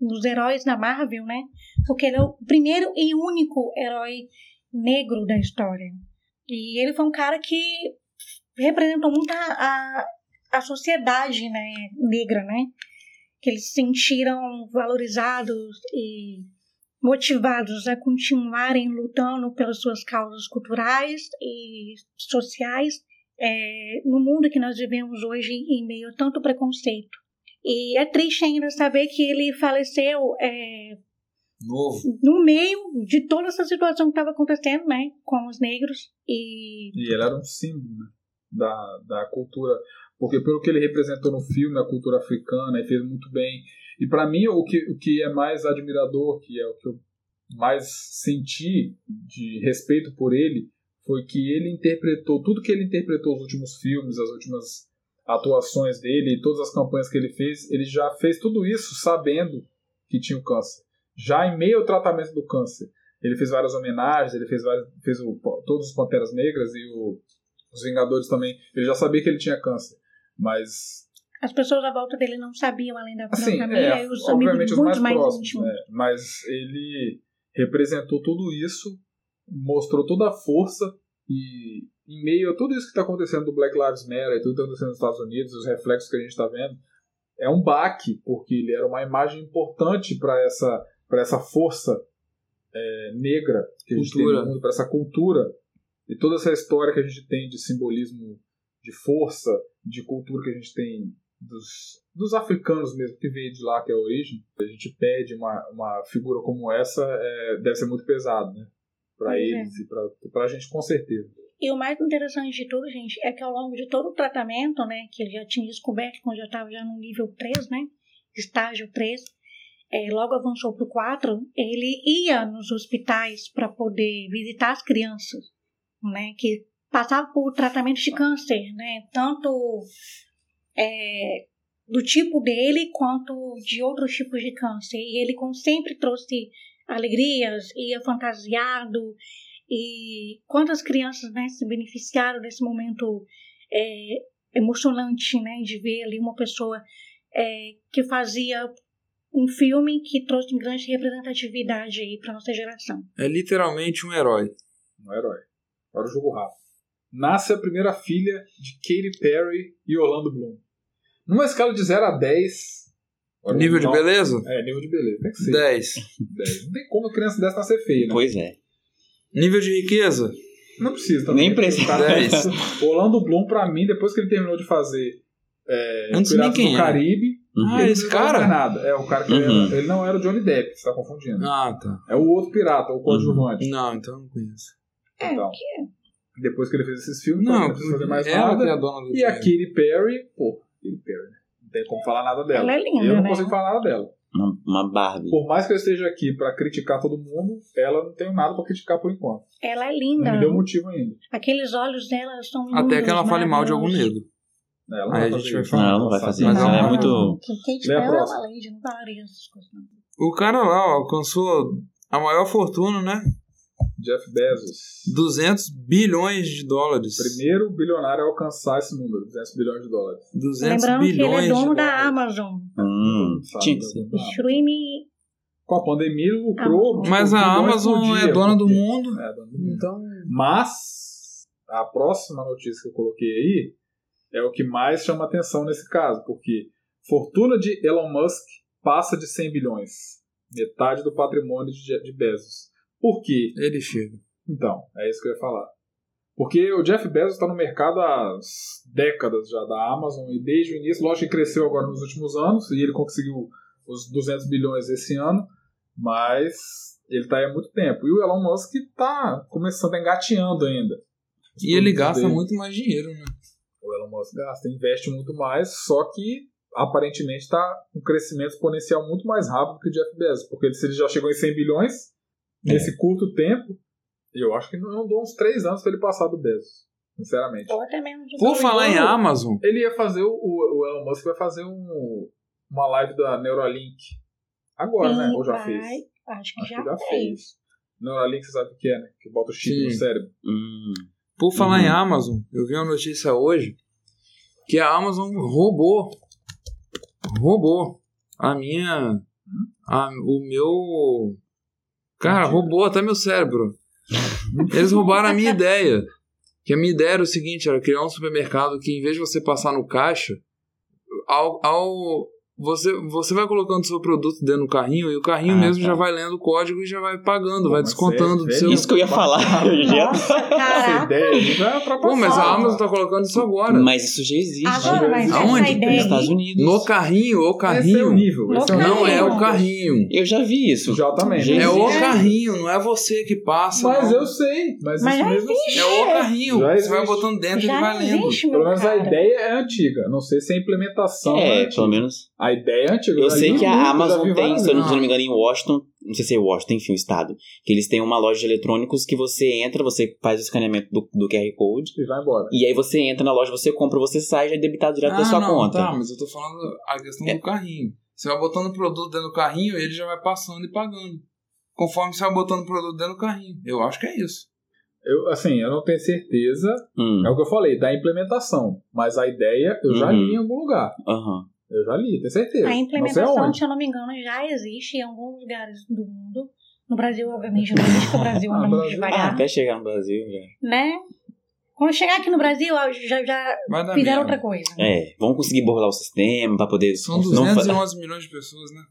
S4: nos heróis da Marvel, né? Porque ele é o primeiro e único herói negro da história. E ele foi um cara que representou muito a, a, a sociedade né? negra, né? Que eles se sentiram valorizados e motivados a continuarem lutando pelas suas causas culturais e sociais é, no mundo que nós vivemos hoje em meio a tanto preconceito. E é triste ainda saber que ele faleceu é,
S3: Novo.
S4: no meio de toda essa situação que estava acontecendo, né, com os negros. E
S1: E ele era um símbolo né, da, da cultura. Porque pelo que ele representou no filme, a cultura africana, e fez muito bem. E pra mim, o que, o que é mais admirador, que é o que eu mais senti de respeito por ele, foi que ele interpretou, tudo que ele interpretou os últimos filmes, as últimas atuações dele, e todas as campanhas que ele fez, ele já fez tudo isso sabendo que tinha o câncer. Já em meio ao tratamento do câncer. Ele fez várias homenagens, ele fez, várias, fez o, todos os Panteras Negras e o- os Vingadores também. Ele já sabia que ele tinha câncer, mas.
S4: as pessoas à volta dele não sabiam, além da, da
S1: Assim,
S4: né, família
S1: é,
S4: e os amigos
S1: obviamente os
S4: muito
S1: mais,
S4: mais,
S1: próximos.
S4: íntimos.
S1: né? Mas ele representou tudo isso, mostrou toda a força e, em meio a tudo isso que está acontecendo do Black Lives Matter e tudo que está acontecendo nos Estados Unidos, os reflexos que a gente está vendo, é um baque, porque ele era uma imagem importante para essa, pra essa força é, negra que a gente tem
S3: Cultura.
S1: no mundo, para essa cultura e toda essa história que a gente tem de simbolismo, de força, de cultura que a gente tem dos, dos africanos mesmo, que veio de lá, que é a origem, a gente pede uma, uma figura como essa, é, deve ser muito pesado, né? Para
S4: Pois é.
S1: eles e pra, pra gente, com certeza.
S4: E o mais interessante de tudo, gente, é que ao longo de todo o tratamento, né, que ele já tinha descoberto quando já estava já no nível 3, né, estágio 3, eh, logo avançou para o 4, ele ia nos hospitais para poder visitar as crianças, né, que passavam por tratamento de câncer, né, tanto eh, do tipo dele quanto de outros tipos de câncer. E ele com- sempre trouxe alegrias, ia fantasiado, e quantas crianças né, se beneficiaram desse momento é, emocionante né, de ver ali uma pessoa é, que fazia um filme que trouxe grande representatividade aí para nossa geração.
S3: É literalmente um herói.
S1: Um herói. Agora o jogo rápido. Nasce a primeira filha de Katy Perry e Orlando Bloom. Numa escala de 0 a 10. olha,
S3: Nível de
S1: não-
S3: beleza?
S1: É, nível de beleza. Tem que ser.
S3: 10.
S1: 10. Não tem como a criança dessa nascer feia, né?
S2: Pois é.
S3: Nível de riqueza?
S1: Não precisa também.
S2: Nem precisa.
S1: Tá,
S3: É
S1: isso. Orlando Bloom, pra mim, depois que ele terminou de fazer é,
S3: Eu não sei
S1: Piratas
S3: nem quem
S1: do
S3: era.
S1: Caribe,
S2: Uhum.
S3: Ah,
S1: ele
S3: esse
S1: não faz mais
S3: cara?
S1: nada. É, o cara que
S2: Uhum.
S1: era- ele não era o Johnny Depp, você tá confundindo.
S3: Ah, tá.
S1: É o outro pirata, o coadjuvante.
S3: Não, então não conheço.
S4: Uhum. É,
S1: Então, depois que ele fez esses filmes, não,
S3: Não,
S1: não precisa fazer Então, mais
S3: ela que é a
S1: nada.
S3: dona do
S1: E a Katy Perry, pô, Katy Perry, né? Não tem como falar nada dela.
S4: Ela é linda,
S1: eu não
S4: né?
S1: consigo falar nada dela.
S2: Uma, uma Barbie.
S1: Por mais que eu esteja aqui pra criticar todo mundo, ela não tem nada pra criticar por enquanto.
S4: Ela é
S1: Não me
S4: linda.
S1: deu motivo ainda.
S4: Aqueles olhos dela são lindos,
S3: Até que ela fale mal de algum
S4: maravilhosos.
S3: negro.
S1: Ela não
S3: Aí
S1: vai
S3: a gente
S1: fazer
S3: vai
S1: isso. tá
S3: falar.
S2: Não, não vai fazer
S3: Mas
S2: isso.
S3: ela
S2: Ela é
S3: não-
S2: muito.
S4: Que Kate
S1: Lê a
S4: Bell é
S1: próxima.
S4: uma lady, não falaria essas coisas. não.
S3: O cara lá ó, alcançou a maior fortuna, né?
S1: Jeff Bezos.
S3: 200 bilhões de dólares.
S1: Primeiro bilionário a alcançar esse número, 200 bilhões de dólares.
S3: 200
S4: Lembrando que ele
S3: bilhões
S4: é dono
S3: de
S4: da
S3: dólares.
S4: Amazon.
S2: Hum,
S1: Sabe? Então,
S2: tinha que ser.
S4: Streaming
S1: Com a pandemia ele lucrou. um
S3: Mas a
S1: bilhões por
S3: Amazon
S1: dia,
S3: é dona do
S1: porque-
S3: mundo.
S1: É, dona do mundo.
S3: Então,
S1: Mas a próxima notícia que eu coloquei aí é o que mais chama atenção nesse caso, porque fortuna de Elon Musk passa de 100 bilhões, metade do patrimônio de, de Bezos. Por quê?
S3: Ele chega.
S1: Então, é isso que eu ia falar. Porque o Jeff Bezos está no mercado há décadas já da Amazon e desde o início, lógico que cresceu agora nos últimos anos e ele conseguiu os 200 bilhões esse ano, mas ele está aí há muito tempo. E o Elon Musk está começando, engateando ainda. Os
S3: E ele
S1: produtos
S3: gasta
S1: dele.
S3: muito mais dinheiro, né?
S1: O Elon Musk gasta, investe muito mais, só que aparentemente está um crescimento exponencial muito mais rápido que o Jeff Bezos, porque se ele já chegou em 100 bilhões
S2: É.
S1: nesse curto tempo, eu acho que não dou uns 3 anos para ele passar do Bezos, sinceramente.
S4: Ou até mesmo de
S3: Por
S4: dois
S3: falar em
S4: anos.
S3: Amazon,
S1: Ele ia fazer o, o o Elon Musk vai fazer um, uma live da Neuralink agora, né?
S4: Sim,
S1: Ou já
S4: vai.
S1: fez?
S4: Acho que
S1: Acho
S4: já,
S1: que já
S4: fez.
S1: fez. Neuralink você sabe o que é, né? Que bota o chip
S3: Sim.
S1: no cérebro.
S2: Hum,
S3: por falar em
S2: Uhum.
S3: Amazon, eu vi uma notícia hoje que a Amazon roubou, roubou a minha, a- o meu, cara, roubou até meu cérebro. Eles roubaram a minha ideia. Que a minha ideia era o seguinte, era criar um supermercado que em vez de você passar no caixa, ao, ao você, você vai colocando seu produto dentro do carrinho e o carrinho
S2: Ah,
S3: mesmo
S2: tá.
S3: já vai lendo o código e já vai pagando,
S1: Pô,
S3: vai
S1: mas
S3: descontando
S1: é
S3: do
S1: velho.
S3: seu
S2: Isso que eu ia falar. eu já-
S4: Nossa,
S1: Essa
S4: caraca.
S1: ideia aí já ultrapassou.
S3: Pô, mas a Amazon tá colocando isso agora.
S2: Mas isso já existe.
S4: Agora, mas
S3: Aonde?
S4: essa
S2: Nos
S4: ideia
S2: Estados
S4: aí,
S2: Unidos.
S3: tá No carrinho,
S1: Esse
S3: o
S1: é o
S3: carrinho.
S1: nível. Esse é o
S4: Não
S1: nível.
S3: Não é o
S4: Carrinho.
S3: carrinho.
S2: Eu já vi isso.
S1: Exatamente.
S2: Já
S3: É né? o
S2: existe.
S3: carrinho, não é você que passa.
S1: Mas
S3: não.
S1: eu sei. Mas,
S4: Mas
S1: isso
S4: já
S1: mesmo assim.
S3: É o carrinho.
S1: Já
S3: Você vai
S1: existe.
S3: botando dentro e vai
S4: já
S3: lendo.
S4: existe, meu
S1: Pelo menos a
S4: cara.
S1: ideia é antiga. Não sei se a implementação é,
S2: É,
S1: antiga.
S2: pelo menos.
S1: A ideia é antiga.
S2: Eu
S1: já
S2: sei
S1: li
S2: que
S1: muito,
S2: a
S1: já
S2: Amazon
S1: vi
S2: tem,
S1: várias
S2: se eu não,
S1: vezes.
S2: se eu não me engano, em Washington, não sei se é Washington, enfim, o estado, que eles têm uma loja de eletrônicos que você entra, você faz o escaneamento do, do QR Code,
S1: E vai embora.
S2: e aí você entra na loja, você compra, você sai, já é debitado direto da
S3: Ah,
S2: sua
S3: não,
S2: conta.
S3: tá, mas eu tô falando a questão
S2: É.
S3: do carrinho. Você vai botando o produto dentro do carrinho e ele já vai passando e pagando. Conforme você vai botando o produto dentro do carrinho. Eu acho que é isso.
S1: Eu, assim, eu não tenho certeza.
S2: Hum,
S1: É o que eu falei, da implementação. Mas a ideia eu já
S2: Uhum.
S1: li em algum lugar.
S2: aham.
S1: Eu já li, tenho certeza.
S4: A
S1: não sei
S4: implementação,
S1: é onde.
S4: se eu não me engano, já existe em alguns lugares do mundo. No Brasil, obviamente, não existe, porque o Brasil
S1: Ah,
S4: anda muito
S1: Brasil.
S2: Ah,
S4: devagar,
S2: até chegar no Brasil já.
S4: né? Quando chegar aqui no Brasil, ó, já, já
S3: Vai dar
S4: fizeram
S3: merda.
S4: outra coisa.
S2: É, vamos conseguir burlar o sistema pra poder.
S3: São
S2: não fa-
S3: 211 milhões de pessoas, né?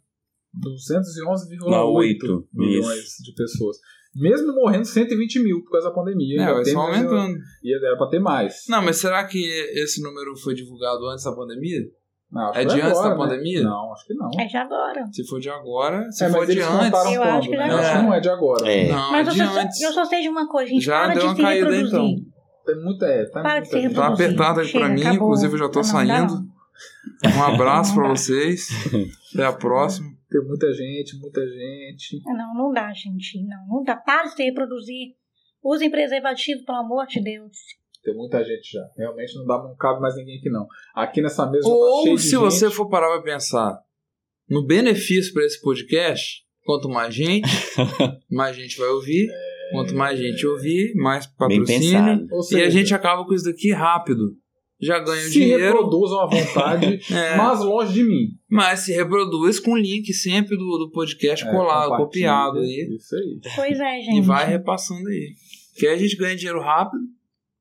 S1: 211,8 milhões de pessoas. Mesmo morrendo 120 mil por causa da pandemia.
S3: É,
S1: ainda
S3: vai
S1: tem
S3: só
S1: mais-
S3: aumentando.
S1: E era pra ter mais.
S3: Não, mas será que esse número foi divulgado antes da pandemia?
S1: Não, acho
S3: É
S1: que
S3: de
S1: não
S3: antes da
S1: agora, né?
S3: pandemia?
S1: Não, acho que não.
S4: É de agora.
S3: Se for de agora, se
S1: É,
S3: for
S1: mas
S3: de
S1: eles
S3: antes.
S1: contaram
S4: Eu
S1: quando,
S4: acho que
S1: né?
S4: já
S1: Eu acho que
S3: era.
S1: não é de agora.
S2: É.
S3: Não,
S4: Mas
S3: é
S4: eu
S3: de
S4: só,
S3: antes.
S4: eu só sei de uma coisa, gente.
S3: Já
S4: para
S3: deu
S4: de
S3: uma
S4: se
S3: caída,
S4: reproduzir.
S3: então.
S1: Tem muita. É, tá
S4: Para de
S1: muita-
S4: se reproduzir.
S3: Tá apertado aqui pra
S4: Chega,
S3: mim,
S4: acabou.
S3: inclusive eu já tô
S4: Ah, não, dá
S3: saindo.
S4: não.
S3: Um abraço pra
S4: Não dá.
S3: vocês. Até a próxima.
S1: Tem muita gente, muita gente.
S4: Ah, Não, não dá, gente. Não, não dá. Para de se reproduzir. Usem preservativo, pelo amor de Deus.
S1: Tem muita gente já. Realmente não dá, não cabe mais ninguém aqui, não. Aqui nessa mesa já tá cheio
S3: Ou
S1: de
S3: se
S1: gente.
S3: você for parar pra pensar no benefício pra esse podcast, quanto mais gente, mais gente vai ouvir. Quanto mais gente ouvir, mais
S2: Bem
S3: patrocínio.
S2: pensado.
S1: É. Ou
S3: E
S1: seja,
S3: a gente acaba com isso daqui rápido. Já ganha o
S1: se
S3: dinheiro,
S1: reproduzam à vontade,
S3: É.
S1: mas longe de mim.
S3: mas se reproduz com o link sempre do, do podcast
S1: É,
S3: colado,
S1: compartilha,
S3: copiado aí.
S1: Isso aí.
S4: Pois é, gente.
S3: E vai repassando aí. Que aí a gente ganha dinheiro rápido,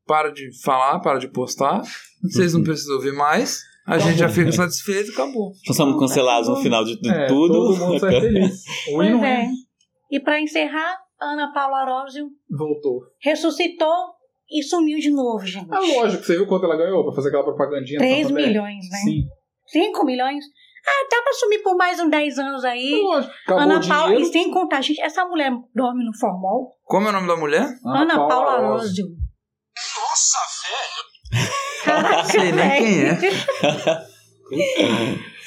S3: para de falar, para de postar. Vocês não precisam ouvir mais. A gente já fica satisfeito e acabou.
S2: Nós somos cancelados no final de, de
S1: É,
S2: tudo.
S1: Todo mundo sai feliz. O
S4: Pois
S1: hino
S4: é. E para encerrar, Ana Paula Arósio
S1: voltou.
S4: ressuscitou e sumiu de novo, gente.
S1: É lógico, você viu quanto ela ganhou pra fazer aquela propagandinha? na
S4: 3
S1: Santander?
S4: milhões, né?
S1: é, Sim,
S4: 5 milhões. Ah, dá pra sumir por mais uns 10 anos
S1: é
S4: aí.
S1: lógico. Acabou o
S4: Ana
S1: dinheiro.
S4: Paula, e sem contar, gente, essa mulher dorme no formol?
S3: Como é o nome da mulher?
S4: Ana, Paula
S1: Rosa.
S4: Arósio. Nossa, velho! Caraca,
S3: Sei nem
S4: velho.
S3: quem é.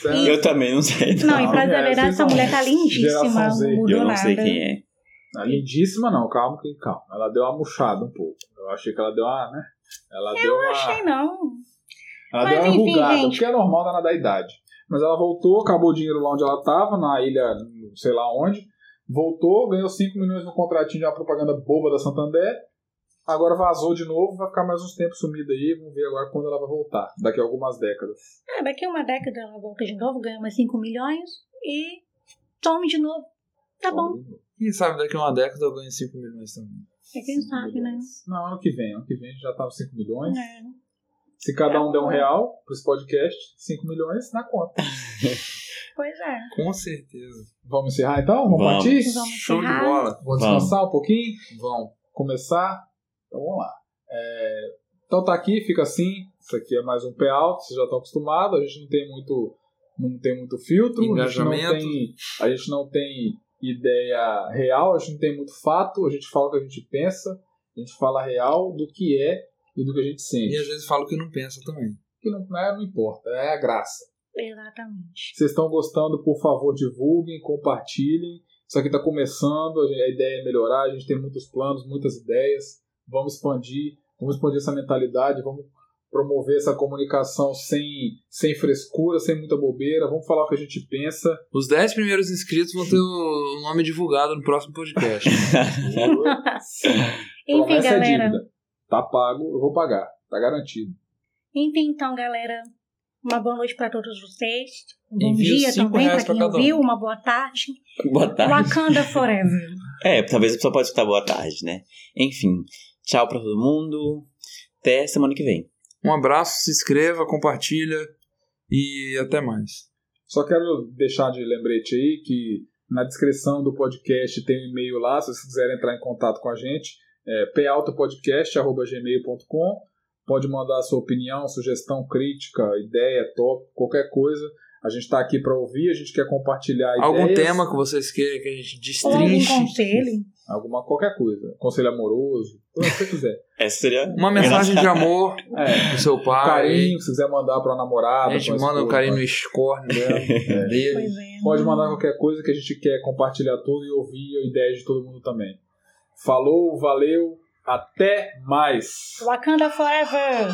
S1: Sério?
S2: Eu também não sei.
S4: Não, e pra
S1: Não, é,
S4: verdade,
S1: vocês
S4: essa
S1: são
S4: mulher tá lindíssima.
S1: geração Z.
S4: Não
S2: Eu
S4: mudou
S2: não
S4: nada.
S2: sei quem é.
S1: Ah, Lindíssima não, calma que calma. Ela deu uma murchada um pouco. Eu achei que ela deu uma, né? Ela deu uma.
S4: Achei não.
S1: Ela
S4: Mas
S1: deu uma
S4: enfim,
S1: enrugada,
S4: gente.
S1: porque é normal na da idade. Mas ela voltou, acabou o dinheiro lá onde ela tava, na ilha, não sei lá onde. Voltou, ganhou 5 milhões no contratinho de uma propaganda boba da Santander. Agora vazou de novo, vai ficar mais uns tempos sumida aí. Vamos ver agora quando ela vai voltar. Daqui a algumas décadas.
S4: Ah, daqui a uma década ela volta de novo, ganha mais 5 milhões e some de novo. Tá bom,
S3: Quem sabe daqui a uma década eu ganho 5 milhões também.
S4: é quem sabe, né?
S1: Não, ano que vem. Ano que vem já tá nos 5 milhões.
S4: É.
S1: Se cada um der um real para esse podcast, 5 milhões na conta.
S4: Pois é.
S3: Com certeza.
S1: Vamos encerrar então? Vamos,
S2: Vamos.
S1: partir?
S4: Vamos
S3: Show de
S4: encerrar.
S3: bola.
S1: Vamos
S2: Vamos.
S1: descansar um pouquinho?
S3: Vão.
S1: Começar? Então vamos lá. É, então tá aqui, fica assim. Isso aqui é mais um pé alto, vocês já estão acostumados. A gente não tem muito, não tem muito filtro, a gente, não
S3: Engajamento.
S1: tem, a gente não tem ideia real, a gente não tem muito fato, a gente fala o que a gente pensa, a gente fala real do que é e do que a gente sente.
S3: E às vezes falo que não pensa também.
S1: Que não, né, não importa, é a graça.
S4: Exatamente.
S1: Se vocês estão gostando, por favor, divulguem, compartilhem. Isso aqui está começando, a gente- a ideia é melhorar, a gente tem muitos planos, muitas ideias. Vamos expandir, vamos expandir essa mentalidade, vamos promover essa comunicação sem, sem frescura, sem muita bobeira. Vamos falar o que a gente pensa.
S3: Os 10 primeiros inscritos vão ter o nome divulgado no próximo podcast.
S4: Enfim,
S1: Promessa é
S4: galera.
S1: dívida. Tá pago, eu vou pagar. Tá garantido.
S4: Enfim, então, galera, uma boa noite para todos vocês. Um bom
S3: Envia os
S4: dia
S3: cinco
S4: também
S3: reais
S4: para quem
S3: pra cada um.
S4: ouviu. Uma boa tarde.
S2: Boa tarde.
S4: Wakanda Forever.
S2: É, talvez a pessoa pode escutar boa tarde, né? Enfim, tchau pra todo mundo. Até semana que vem.
S3: um abraço, se inscreva, compartilha e até mais.
S1: Só quero deixar de lembrete aí que na descrição do podcast tem um e-mail lá, se vocês quiserem entrar em contato com a gente, é pautopodcast.gmail.com. Pode mandar a sua opinião, sugestão, crítica, ideia, tópico, qualquer coisa. A gente está aqui para ouvir, a gente quer compartilhar
S3: Algum
S1: ideias,
S3: tema que vocês queiram que a gente
S4: Ou algum
S3: destrinche?
S4: conselho.
S1: alguma qualquer coisa. Conselho amoroso, o que você quiser.
S2: Essa seria.
S3: Uma mensagem de amor
S1: É,
S3: pro seu pai.
S1: carinho, se quiser mandar para a
S3: A
S1: namorada,
S3: gente
S1: pra
S3: manda um
S1: esposa,
S3: carinho no escorne dela, dele.
S4: Pois é.
S1: Pode mandar qualquer coisa que a gente quer compartilhar tudo e ouvir a ideia de todo mundo também. Falou, valeu, até mais!
S4: Wakanda Forever.